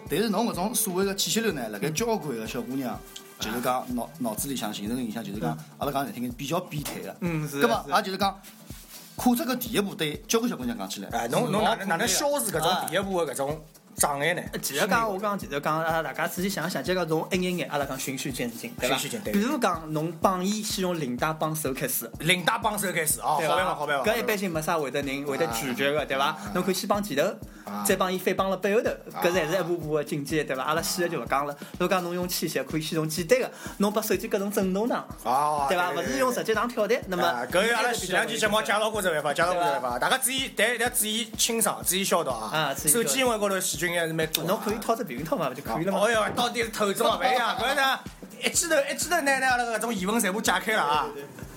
Speaker 3: 但是侬搿种所谓的气息流呢，辣盖交关个小姑娘。就是讲脑脑子里向形成个印象，就是讲阿拉讲难听点，比较变态的。
Speaker 4: 嗯是的
Speaker 3: 葛么
Speaker 4: 是的
Speaker 3: 也就是讲，跨出搿第一步，对交关小姑娘讲起来，
Speaker 1: 哎，侬侬哪能哪能消除搿种
Speaker 3: 啊
Speaker 1: 第一步的搿种障碍呢？
Speaker 4: 啊其实讲，我讲，其实讲，阿拉大家仔细想一想，就讲从一眼眼，阿拉讲循序渐进，对伐？
Speaker 1: 循序渐进
Speaker 4: 比如讲，侬帮伊先从领带帮手开始，
Speaker 1: 领带帮手开始啊！好
Speaker 4: 对
Speaker 1: 办法，
Speaker 4: 伐
Speaker 1: 好办？法。
Speaker 4: 搿一般性没啥会得人会得拒绝个，对伐？侬可以先帮前头
Speaker 1: 啊，
Speaker 4: 再帮伊翻帮了背后头，搿才是一步步个进阶，对伐？阿拉细个就勿讲了。如果讲侬用器械，可以先从简单个，侬把手机搿种震动囊，
Speaker 1: 啊，
Speaker 4: 对伐？
Speaker 1: 对
Speaker 4: 勿是用直接当跳台，那么
Speaker 1: 啊，搿个阿拉
Speaker 4: 比较
Speaker 1: 前两期节目介绍过这办法，介绍过这办法，大家注意，但一定要注意清爽，注意消毒啊
Speaker 4: 啊。注
Speaker 1: 手
Speaker 4: 意消毒
Speaker 1: 机因为高头细菌还是蛮多的啊。
Speaker 4: 侬可以套只避孕套嘛，勿就可以了嘛
Speaker 1: 哦？哟，到底是头中啊，勿一样，搿呢一记头一记头拿拿阿拉搿种疑问全部解开了啊。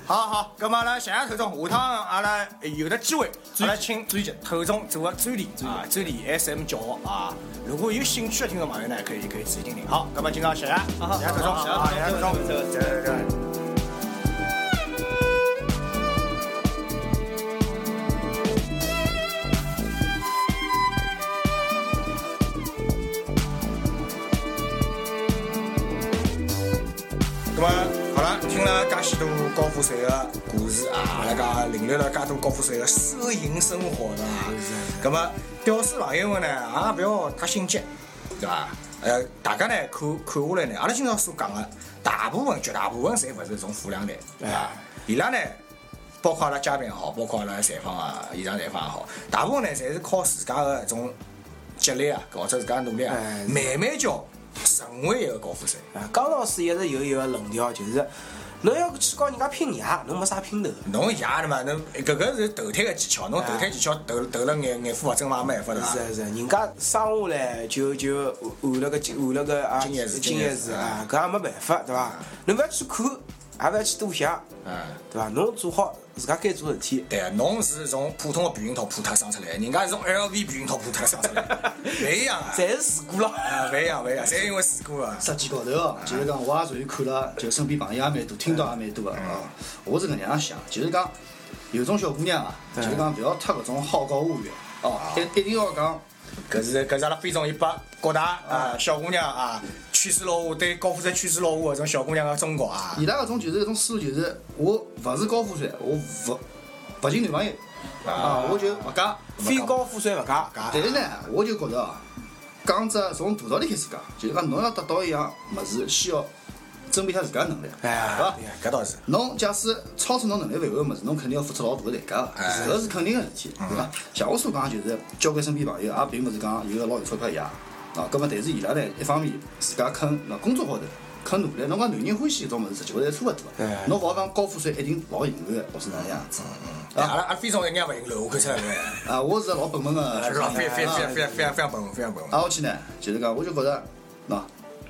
Speaker 1: 好好，葛末阿拉谢谢头中，下趟阿拉有的机会，阿拉请头中做个专题啊，专题 SM 教学啊。如果有兴趣的听众朋友呢，可以可以自己听听。好，葛末今朝谢谢，
Speaker 4: 好
Speaker 1: 谢谢头中，
Speaker 4: 好
Speaker 1: 啊
Speaker 4: 好
Speaker 1: 谢谢头中，
Speaker 4: 走走走
Speaker 1: 谢谢头中。咁么好了，听了介许多高富帅的故事啊，阿拉讲领略了介多高富帅的收银生活啦。咁么屌丝朋友们呢，也不要太心急，对伐？呃，大家呢看看下来呢，阿拉今朝所讲的，大部分绝大部分侪勿是从富两代，对伐？伊拉呢，包括阿拉嘉宾也好，包括阿拉采访啊，现场采访也好，大部分呢侪是靠自家的一种积累啊，或者自家的努力啊，慢慢叫成为一个高富帅。
Speaker 10: 啊，江老师一直有一个论调，就是侬要去跟人家拼爷，侬没啥拼头。
Speaker 1: 侬爷的嘛，侬搿个是投胎个技巧，侬投胎技巧投投了眼眼副勿正嘛，没办法的啊。
Speaker 10: 哎是是，人家生下来就就换了个换了个啊，
Speaker 1: 经验是哎
Speaker 10: 经验是啊，搿也没办法，对伐？侬勿要去看，也勿要去多想，
Speaker 1: 嗯，
Speaker 10: 对伐？侬做好自家该做的事体。
Speaker 1: 对啊，侬是从普通个避孕套铺脱生出来，人家是从 LV 避孕套铺脱生出来， 勿一样啊，
Speaker 10: 侪是事故了，
Speaker 1: 啊，勿一样勿一样，侪因为事故啊。
Speaker 3: 实际高头哦，就是讲我也属于看了，就身边朋友也蛮多，听到也蛮多的哦。我是搿能样想，就是讲有种小姑娘啊，就是讲勿要太搿种好高骛远哦，一一定要讲
Speaker 1: 搿是搿是阿拉非常伊把各大啊小姑娘啊趋势落下，对高富帅趋势落下搿种小姑娘个忠告啊。
Speaker 3: 伊拉搿种就是搿种思路，就是我勿是高富帅，我勿勿寻男朋友啊，我就勿嫁。
Speaker 10: 非高富帅勿嫁，
Speaker 1: 啊
Speaker 3: 但是呢，我就觉得啊，讲只从大道理开始讲，就是讲侬要达到一样物事，先要准备一下自家的能力，对
Speaker 10: 哎
Speaker 3: 伐？
Speaker 1: 搿倒是，
Speaker 3: 侬假使超出侬能力范围个物事，侬肯定要付出老大个代价
Speaker 1: 哎
Speaker 3: 个，搿是肯定个事体，对伐？像我所讲的就是，交关身边朋友也并勿是讲有个老有钞票爷，啊，葛末但是伊拉呢，一方面自家肯那工作高头肯努力，侬讲男人欢喜搿种物事，实际高头也差勿多
Speaker 10: 哎，
Speaker 3: 侬勿好讲高富帅一定老淫乱或是哪能样子
Speaker 1: 阿拉阿啊拉非常一眼勿行了，我看出来了，
Speaker 3: 啊？我是老本啊分个，
Speaker 1: 哎老非非非非非非常非常本分，非常本分。
Speaker 3: 挨下去呢，就是讲，我就觉着，喏，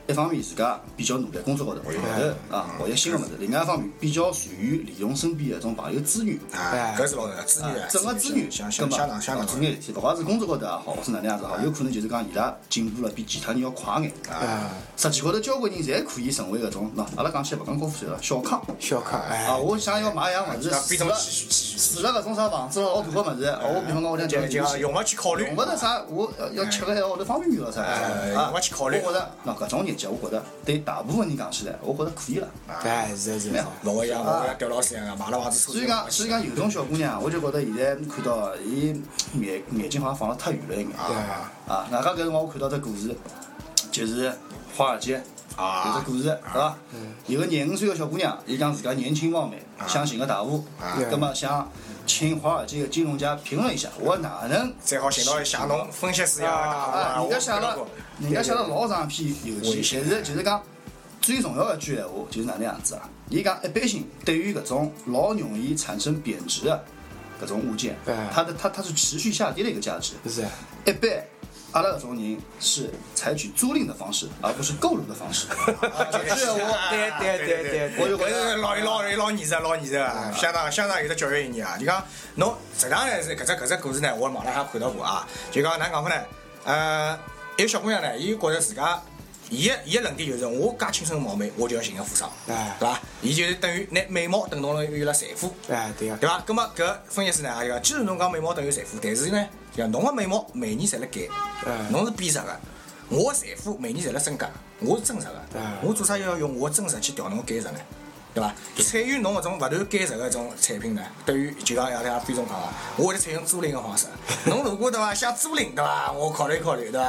Speaker 3: 一方面自家比较努力工作高头，学习啊，学习新个物事；另外一方面比较善于利用身边搿种朋友资源，
Speaker 1: 哎搿是老重要资源
Speaker 3: 啊整个资源，
Speaker 1: 相相
Speaker 3: 葛末
Speaker 1: 相当
Speaker 10: 啊
Speaker 1: 相当
Speaker 3: 做眼事体，勿管是工作高头也好，或者哪能样子也好，有可能就是讲伊拉进步了比其他人要快眼。
Speaker 10: 哎
Speaker 1: 啊，
Speaker 3: 实际高头交关人侪可以成为搿种，喏，阿拉讲起来勿讲高富帅了，小康。
Speaker 10: 小康，哎，
Speaker 3: 啊，我想要买一样物事，
Speaker 1: 啊非
Speaker 3: 除
Speaker 1: 常
Speaker 3: 了
Speaker 1: 期许期许
Speaker 3: 除了搿种啥房子咯、老大个物事，啊我比方讲我讲
Speaker 1: 哎就就
Speaker 3: 讲
Speaker 1: 用勿去考虑啊
Speaker 3: 用勿着啥，我呃要吃个号头方便面咯啥，
Speaker 1: 哎
Speaker 3: 啊
Speaker 1: 用勿去考虑
Speaker 3: 我觉着，喏搿种日脚，我觉着对大部分人讲起来，我觉着可以了。
Speaker 10: 哎，是的是的是
Speaker 3: 蛮好
Speaker 10: 的，
Speaker 1: 老一样，老一样，刁老师一样，买了房子，
Speaker 3: 所以讲，所以讲有种小姑娘，我就觉得现在看到伊眼眼睛好像放了太远了一眼。
Speaker 1: 啊
Speaker 3: 啊，外加搿辰光我看到只故事，就是华尔街。有只
Speaker 1: 啊，
Speaker 3: 故事，是伐？有个廿五岁个小姑娘，伊讲自家年轻貌美，想寻个大户，葛么想请华尔街个金融家评论一下，我哪能？
Speaker 1: 最好寻到像侬分析师一样
Speaker 3: 啊，
Speaker 1: 的
Speaker 3: 人家写了，人家写了老长篇游记，其实就是讲最重要的一句闲话就是哪能样子啊？伊讲一般性对于搿种老容易产生贬值的搿种物件
Speaker 10: 哎，
Speaker 3: 它的它它是持续下跌的一个价值。
Speaker 10: 是的，
Speaker 3: 一般阿拉搿种人是采取租赁的方式，而不是购入的方式。
Speaker 1: 是我
Speaker 10: 对对对对对，
Speaker 3: 我就觉
Speaker 1: 搿
Speaker 3: 得
Speaker 1: 是老老老艺术，老艺术啊，相当相当有得教育意义啊！就讲侬实际上呢是搿只搿只故事呢，我网浪向看到过啊。就讲哪能讲法呢？呃，一个小姑娘呢，伊觉着自家。伊个伊个论点就是，我介青春貌美，我就要寻个富商，
Speaker 10: 哎
Speaker 1: 对伐？伊就是等于拿美貌等同了于伊拉财富，
Speaker 10: 哎对呀，
Speaker 1: 对伐？葛末搿分析师呢，也就讲，既然侬讲美貌等于财富，但是呢，就讲侬个美貌每年侪辣
Speaker 10: 哎
Speaker 1: 改，侬是变质个。我个财富每年侪辣增加，我是真实个
Speaker 10: 哎，
Speaker 1: 我做啥要用我个真实去调侬个减值呢？对伐？采用侬搿种勿断减值个种产品呢，对于就像像像飞总讲个，我会得采用租赁个方式。侬如果对伐想租赁对伐，我考虑考虑对伐？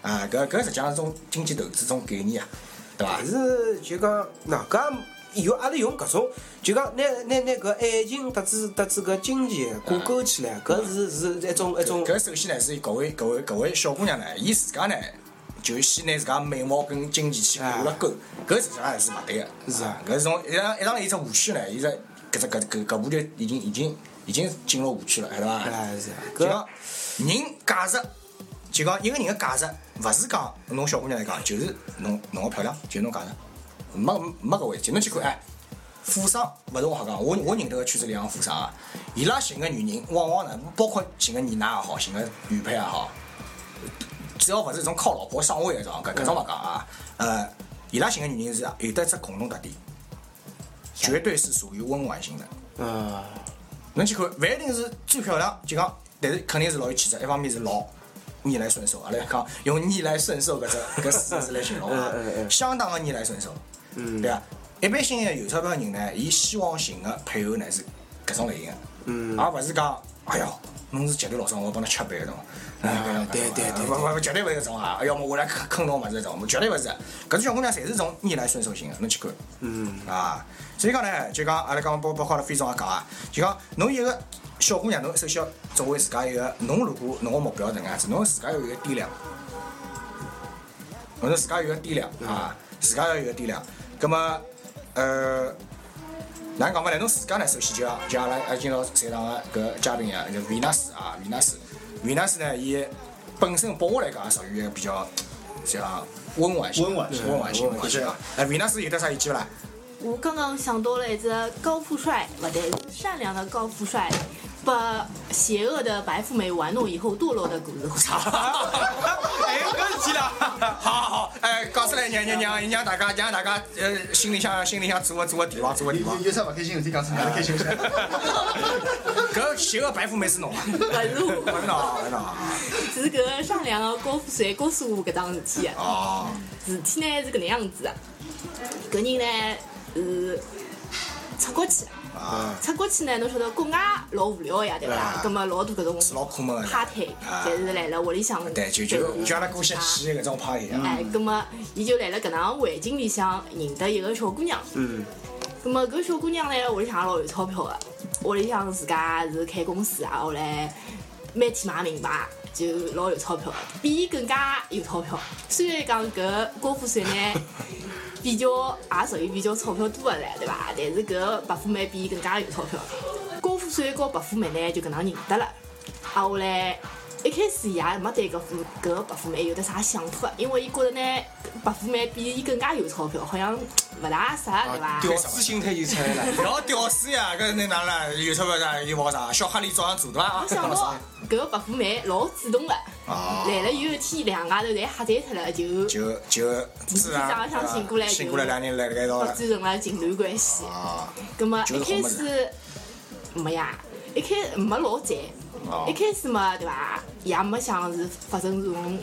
Speaker 1: 啊，搿搿实际上是种经济投资种概念啊，对伐
Speaker 10: 但？是就讲哪噶有阿拉用搿种，就讲拿拿拿搿爱情搭子搭子搿经济挂钩起来，搿是是一种一种
Speaker 1: 搿首先呢是搿位搿位搿位小姑娘呢，伊自家呢就先拿自家美貌跟经济去挂了钩，搿实际上还是勿对个。
Speaker 10: 啊是啊
Speaker 1: 搿是从一上一上来伊只误区呢，伊只搿只搿搿搿步就已经已经已经进入误区了，晓得伐？
Speaker 10: 哎是啊
Speaker 1: 就讲人价值，就讲一个人个价值，勿是讲侬小姑娘来讲，就是侬侬个漂亮，就是侬价值，没没搿回事体。侬去看哎。富商勿是我瞎讲，我我认得个圈子里向富商啊，伊拉寻个女人，往往呢，包括寻个姨奶也好，寻个女配也好，只要勿是种靠老婆上位的种，搿
Speaker 10: 嗯
Speaker 1: 搿种勿讲啊，呃，伊拉寻个女人是有得一只共同特点，绝对是属于温婉型的。
Speaker 10: 呃
Speaker 1: 侬去看，勿一定是最漂亮，就讲，但是肯定是老有气质。一方面是老逆来顺受，阿拉讲用逆来顺受搿只搿四个字来形容啊
Speaker 10: 嗯嗯，嗯
Speaker 1: 相当的逆来顺受，对伐？一般性的有钞票人呢，伊希望寻个配偶呢是搿种类型的，
Speaker 10: 嗯
Speaker 1: 而勿是讲，哎哟，侬是绝对老早我帮侬吃饭搿种。哎 搿种
Speaker 10: 啊对对对对
Speaker 1: 勿勿勿，绝对勿是搿种啊！要么我来坑坑侬物事搿种，绝对勿是。搿种小姑娘侪是种逆来顺受型的，侬去看。
Speaker 10: 嗯
Speaker 1: 啊，所以讲呢，就讲阿拉讲包包括阿拉飞总也讲啊，就讲侬一个小姑娘，侬首先要作为自家一个，侬如果侬个目标是搿能样子，侬自家要有一个胆量，侬自家有一个胆量啊，自家要有一个胆量，葛么呃。哪能讲法呢？侬自家呢，首先就要就像阿拉阿拉今朝在场个搿嘉宾一样，就维纳斯啊，维纳斯，维纳斯呢，伊本身拨我来讲属于一个比较像温婉型、
Speaker 3: 温婉型
Speaker 1: 温婉型、
Speaker 3: 温
Speaker 1: 温
Speaker 3: 婉
Speaker 1: 婉
Speaker 3: 型
Speaker 1: 型啊。哎，维纳斯有得啥意见勿啦？
Speaker 9: 我刚刚想到了一只高富帅，不对，是善良的高富帅，被邪恶的白富美玩弄以后堕落的故事。
Speaker 1: 哎，搿事体啦，好好好，哎，讲出来让让让让大家让大家呃心里向心里向做个做个地方做个地
Speaker 3: 有
Speaker 1: 方
Speaker 3: 有。有啥勿开心的事体讲出来，开心一下。。
Speaker 1: 搿邪恶白富美是侬啊，
Speaker 9: 不是我
Speaker 1: 勿是 侬啊，勿是侬啊。
Speaker 9: 只是搿个善良的高富帅告诉我搿桩事体。
Speaker 1: 哦，
Speaker 9: 事体呢是搿能样子的，啊搿人呢是出国去，啊出国去呢，侬晓得国外老无聊呀，对伐？啦
Speaker 1: 啊？
Speaker 9: 葛末老多搿种
Speaker 1: 是老苦闷的
Speaker 9: party，
Speaker 1: 啊
Speaker 9: 侪是来了屋里向。
Speaker 1: 对，就就就阿拉过去去搿种啊 party 一样。
Speaker 9: 哎，葛末伊就来了搿能样环境里向认得一个小姑娘。
Speaker 10: 嗯，
Speaker 9: 葛末搿小姑娘呢，屋里向也老有钞票个，屋里向自家是开公司啊，后来每天买名牌，就老有钞票个，比伊更加有钞票。虽然讲搿郭富帅呢，比较也属于比较钞票多个唻，对伐？但是搿白富美比伊更加有钞票。郭富帅和白富美呢，就搿能认得了，啊，后来一开始伊也没对搿副搿个白富美有得啥想法，因为伊觉得呢，白富美比伊更加有钞票，好像勿大啥对伐？
Speaker 10: 屌丝心态就出来了。
Speaker 1: 不要 屌丝呀，搿那哪啦？有钞票啥？有毛啥？小黑脸照样做啊对伐？
Speaker 9: 没想到搿个白富美老主动个，
Speaker 1: 啊
Speaker 9: 来了有一天两家头侪吓呆脱了，就
Speaker 1: 就就啊自然
Speaker 9: 早上醒过来就
Speaker 1: 醒过来两人来辣一道
Speaker 9: 发
Speaker 1: 了
Speaker 9: 展成了情侣关系。
Speaker 1: 啊，
Speaker 9: 葛么
Speaker 1: 就
Speaker 9: 一
Speaker 1: 是
Speaker 9: 开
Speaker 1: 红门
Speaker 9: 始没呀，一开没老赞
Speaker 1: 哦，
Speaker 9: 一开始嘛对伐，也没想是发生这种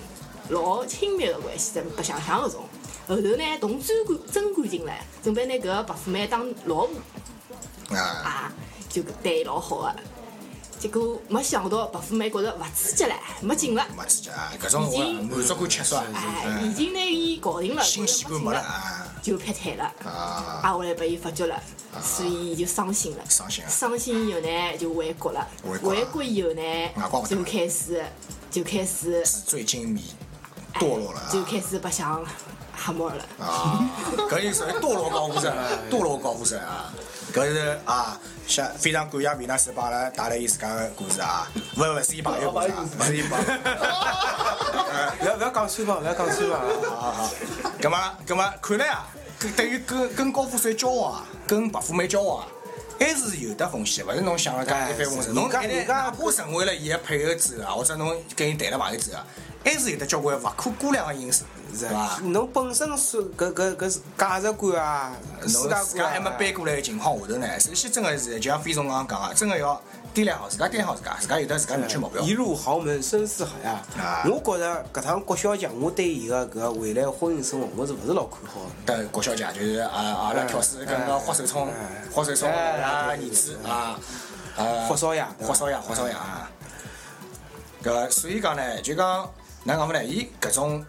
Speaker 9: 老亲密的关系，咱白相相搿种。后头呢，动真感真感情来，准备拿搿个白富美当老婆
Speaker 1: 啊，
Speaker 9: 啊，就对伊老好个。结果没想到白富美觉着勿刺激唻，没劲了，
Speaker 1: 没自己啊，搿种辰光满足感吃酸，
Speaker 9: 哎，已经拿伊搞定了，
Speaker 1: 新
Speaker 9: 觉
Speaker 1: 鲜
Speaker 9: 着
Speaker 1: 感
Speaker 9: 没
Speaker 1: 没了
Speaker 9: 劲了，
Speaker 1: 啊
Speaker 9: 就劈腿了。
Speaker 1: 啊，
Speaker 9: 啊，后来被伊发觉了，所以伊就伤心了。
Speaker 1: 伤心啊
Speaker 9: 伤心以后呢，就回国了。
Speaker 1: 回国了
Speaker 9: 回国以后呢
Speaker 1: 外国，勿得
Speaker 9: 就
Speaker 1: 了
Speaker 9: 开始就开始哎
Speaker 1: 最近迷堕落了
Speaker 9: 就
Speaker 1: 啊
Speaker 9: 开始白相黑猫了。
Speaker 1: 啊，搿就属于堕落高 富帅，堕落高富帅啊，搿是啊，像非常感谢维纳斯帮阿拉带来伊自家的故事啊，勿勿是伊朋友故事啊，勿是伊朋友。
Speaker 10: 不要不要讲穿帮，不要讲穿帮。
Speaker 1: 好好， 咁么咁么看来啊，跟对于跟跟高富帅交往啊，跟白富美交往啊，还是有得风险，勿是侬想了介
Speaker 10: 哎
Speaker 1: 一帆风顺。侬
Speaker 10: 人家
Speaker 1: 一旦
Speaker 10: 人家
Speaker 1: 哪怕成为了伊的配偶之后啊，或者侬跟伊谈了朋友之后啊，还是有得交关勿可估量的因素，是
Speaker 10: 是
Speaker 1: 伐？
Speaker 10: 侬本身是搿搿搿是价值观啊，世
Speaker 1: 侬自
Speaker 10: 界
Speaker 1: 家
Speaker 10: 观
Speaker 1: 还没
Speaker 10: 啊
Speaker 1: 搬过来的情况下头呢，首先真个是就像飞总刚刚讲个，真个要掂量好自家，掂量好自家，自家有得自家明确目标
Speaker 10: 一。入豪门深似海
Speaker 1: 啊
Speaker 10: 啊！我觉着搿趟郭小姐，我对伊个搿个未来婚姻生活，我是勿是老看好的。
Speaker 1: 对，郭小姐就是啊，阿拉跳水跟个
Speaker 10: 哎
Speaker 1: 花手冲
Speaker 10: 哎，
Speaker 1: 花手冲
Speaker 10: 哎对
Speaker 1: 啊，
Speaker 10: 对
Speaker 1: 儿
Speaker 10: 对
Speaker 1: 子啊，呃，
Speaker 10: 火烧呀对吧
Speaker 1: 火烧呀，火烧
Speaker 10: 哎
Speaker 1: 呀啊。搿个所以讲呢，就讲哪能讲法呢？伊搿种，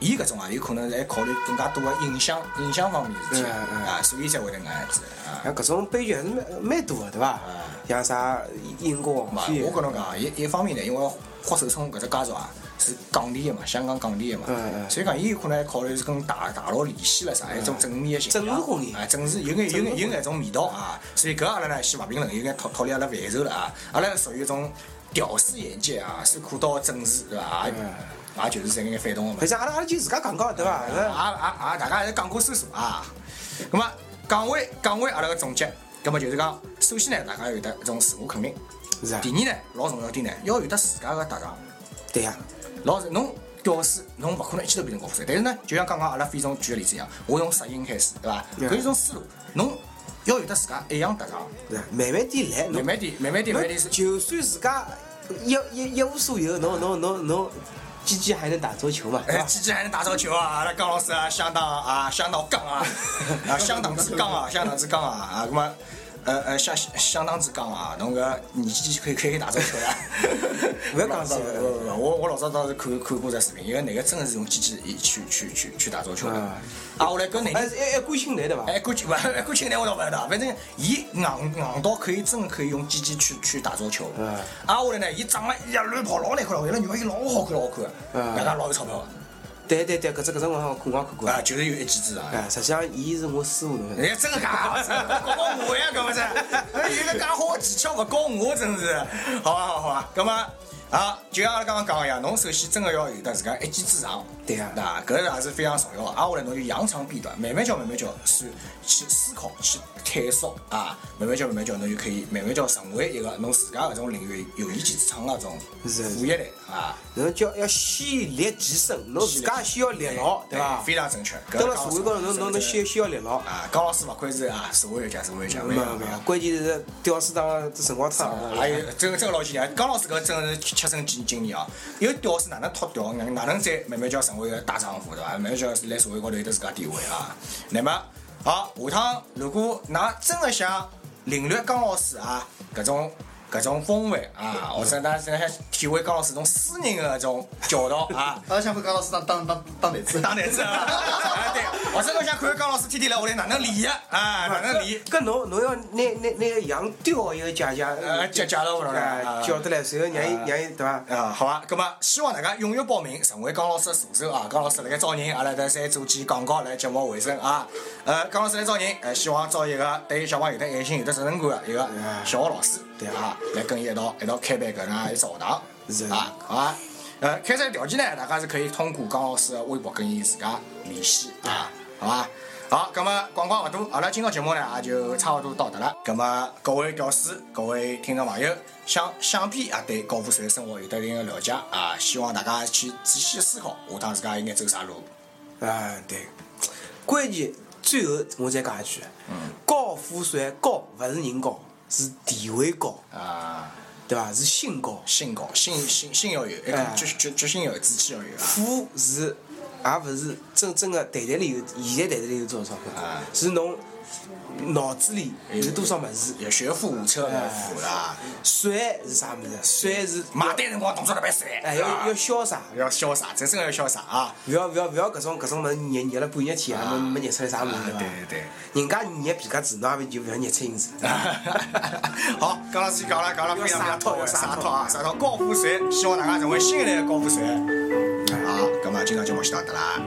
Speaker 1: 伊搿种啊，有可能在考虑更加多的影响影响方面的事体
Speaker 10: 哎哎
Speaker 1: 啊，所以才会得搿能样子啊。
Speaker 10: 像搿种悲剧还是蛮蛮多的，对伐？像啥英国
Speaker 1: 嘛
Speaker 10: 王，妃，
Speaker 1: 我跟侬讲，一一方面呢，因为霍守冲搿只家族啊是港地的嘛，香港港地的嘛
Speaker 10: 嗯，嗯
Speaker 1: 所以讲伊有可能还考虑是跟大大陆联系了啥，一种正面的形象，
Speaker 10: 政治公益
Speaker 1: 啊，政治有眼有眼有眼种味道啊，所以搿阿拉呢先勿评论，有眼脱脱离阿拉范畴了啊，阿拉属于一种屌丝眼界啊，是看到政治对伐？也也就是这眼反动的嘛
Speaker 10: 反。正阿拉阿拉就自家讲讲，对伐？
Speaker 1: 啊啊啊！大家还是讲过算数啊。咁么讲回讲回阿拉个总结，咁么就是讲，首先呢，大家有得一种自我肯定。
Speaker 10: 是啊
Speaker 1: 第，二呢，老重要点呢，要有得自家个特长。
Speaker 10: 对呀，
Speaker 1: 老实，侬屌丝，侬勿可能一记头变成高富帅。但是呢，就像刚刚阿拉飞总举个例子一样，我从摄影开始，对伐？
Speaker 10: 对
Speaker 1: 搿是一种思路，侬要有得自家一样特长，
Speaker 10: 是啊慢慢点来，
Speaker 1: 慢
Speaker 10: 侬
Speaker 1: 慢点，慢慢点，慢慢点是
Speaker 10: 侬。就算自家一一一无所有，侬侬侬侬，鸡鸡还能打桌球嘛，对
Speaker 1: 哎，
Speaker 10: 伐？
Speaker 1: 机器还能打着球啊！阿拉江老师啊，相当啊，相当杠 啊，啊，相当之杠啊，相当之杠啊！啊，那么，呃呃，相相当之杠啊！侬个年纪可以可以打着球 啊！
Speaker 10: 不要讲这
Speaker 1: 不
Speaker 10: 个
Speaker 1: 不不不我我老早当时看看过只视频，一个男个真的是用机器去去去去打桌球的。啊
Speaker 10: 啊，
Speaker 1: 后来搿男
Speaker 10: 还
Speaker 1: 人
Speaker 10: 是一一股心来，对伐？
Speaker 1: 哎，过去 勿，哎，过去那我倒勿晓得，反正伊硬硬到可以真的可以用机器去去打桌球。
Speaker 10: 嗯
Speaker 1: 啊，后来呢，伊长了一乱跑，老难看老看，那女个伊老好看老好看，
Speaker 10: 嗯
Speaker 1: 大家老有钞票
Speaker 10: 对对对，搿只搿只我好看我也看
Speaker 1: 个，
Speaker 10: 过
Speaker 1: 啊，。就是有一技之长。
Speaker 10: 哎，实际上伊是我师傅，侬晓得伐。
Speaker 1: 哎，真个假？ 搞我呀，搿不是？哎有个介好的技巧勿教我，真是。好啊，好啊，葛末啊，就像阿拉刚刚讲个一样，侬首先真个要有得自家一技之长。
Speaker 10: 对啊
Speaker 1: 那搿也是非常重要的。啊，下来侬就扬长避短，慢慢叫，慢慢叫，去去思考，去探索啊，慢慢叫，慢慢叫，侬就可以慢慢叫成为一个侬自家搿种领域有一技之长搿种
Speaker 10: 是是
Speaker 1: 副业类啊，
Speaker 10: 侬叫要先立其身，侬自家先要立牢，对伐？
Speaker 1: 哎非常正确。搿
Speaker 10: 登了社
Speaker 1: 刚刚
Speaker 10: 会高头，侬侬
Speaker 1: 说
Speaker 10: 侬
Speaker 1: 的
Speaker 10: 先先要立牢。
Speaker 1: 啊，高老师勿愧是啊，社会学家，社会学家，
Speaker 10: 没有没
Speaker 4: 啊
Speaker 10: 有，关键是屌丝党这辰光长啊。
Speaker 1: 还有这个这个老几年，江老师搿真的是切身经经验啊！有屌丝哪能脱屌，哪哪能再慢慢叫成为一个大丈夫对啊伐？慢慢叫来社会高头有得自家地位啊！那么好，下趟如果㑚真的想领略江老师啊搿种搿种风范啊，或者㑚真的想体会江老师种私人的搿种教导 啊
Speaker 3: 阿拉想看江老师当当当当台子，
Speaker 1: 当台子啊！哎对，或者侬想看看江老师天天来屋里哪能练啊？啊，哪能练？
Speaker 10: 搿侬侬要拿拿拿个洋
Speaker 4: 啊
Speaker 10: 雕一个姐姐，
Speaker 1: 呃介介绍过来啊
Speaker 10: 哎叫得来，然后让伊让伊对伐？
Speaker 1: 啊，好吧，咁么希望大家踊跃报名，成为江老师的助手啊！江老师辣盖招人，阿拉在再做几广告来节目回声啊。呃，江老师来招人，呃，希望招一个对小朋友有得啊爱心、有得责任感的一个小学老师，对啊，来跟伊一道一道开办搿能一只学堂
Speaker 4: 是
Speaker 1: 啊，好吧。呃，开赛条件呢，大家是可以通过江老师的微博跟伊自家联系啊，好吧？好，啊葛么辰光勿多，阿拉今朝节目呢也就差勿多到达了。葛么各位屌丝、各位听众朋友，想想必也啊对高富帅的生活有得一定的了解啊，希望大家去仔细思考，下趟自家应该走啥路。
Speaker 4: 啊，对，关键最后我再讲一句，
Speaker 10: 嗯
Speaker 4: 高富帅高勿是人高，是地位高
Speaker 1: 啊，
Speaker 4: 对伐？是心高，
Speaker 1: 心高，心心心要有，一个
Speaker 4: 哎
Speaker 1: 决决决心要有，志气要有啊。
Speaker 4: 富是也勿是真正个袋袋里有，现在袋袋里有多少钞票，
Speaker 1: 啊，
Speaker 4: 是侬脑子里有多
Speaker 10: 哎
Speaker 4: 少物事。
Speaker 1: 有学富五车的富啦，
Speaker 4: 帅是啥物事？帅
Speaker 10: 嗯
Speaker 4: 是
Speaker 1: 买单辰光动作特别帅，
Speaker 4: 哎，
Speaker 1: 是
Speaker 4: 要
Speaker 1: 吧
Speaker 4: 要潇洒，
Speaker 1: 要潇洒，真正要潇洒啊！
Speaker 4: 勿要勿要勿要搿种搿种物事热热了半日天，还没没热出来啥物事
Speaker 1: 啊
Speaker 4: 对伐？
Speaker 1: 对 对
Speaker 4: 人家热别家子，侬也勿就勿要热出因子。
Speaker 1: 对，好，刚老师讲了讲了，非常非常透，要洒脱啊，洒脱高富帅，希望大家成为新一代的高富帅。啊，咁么今朝节目先到这啦。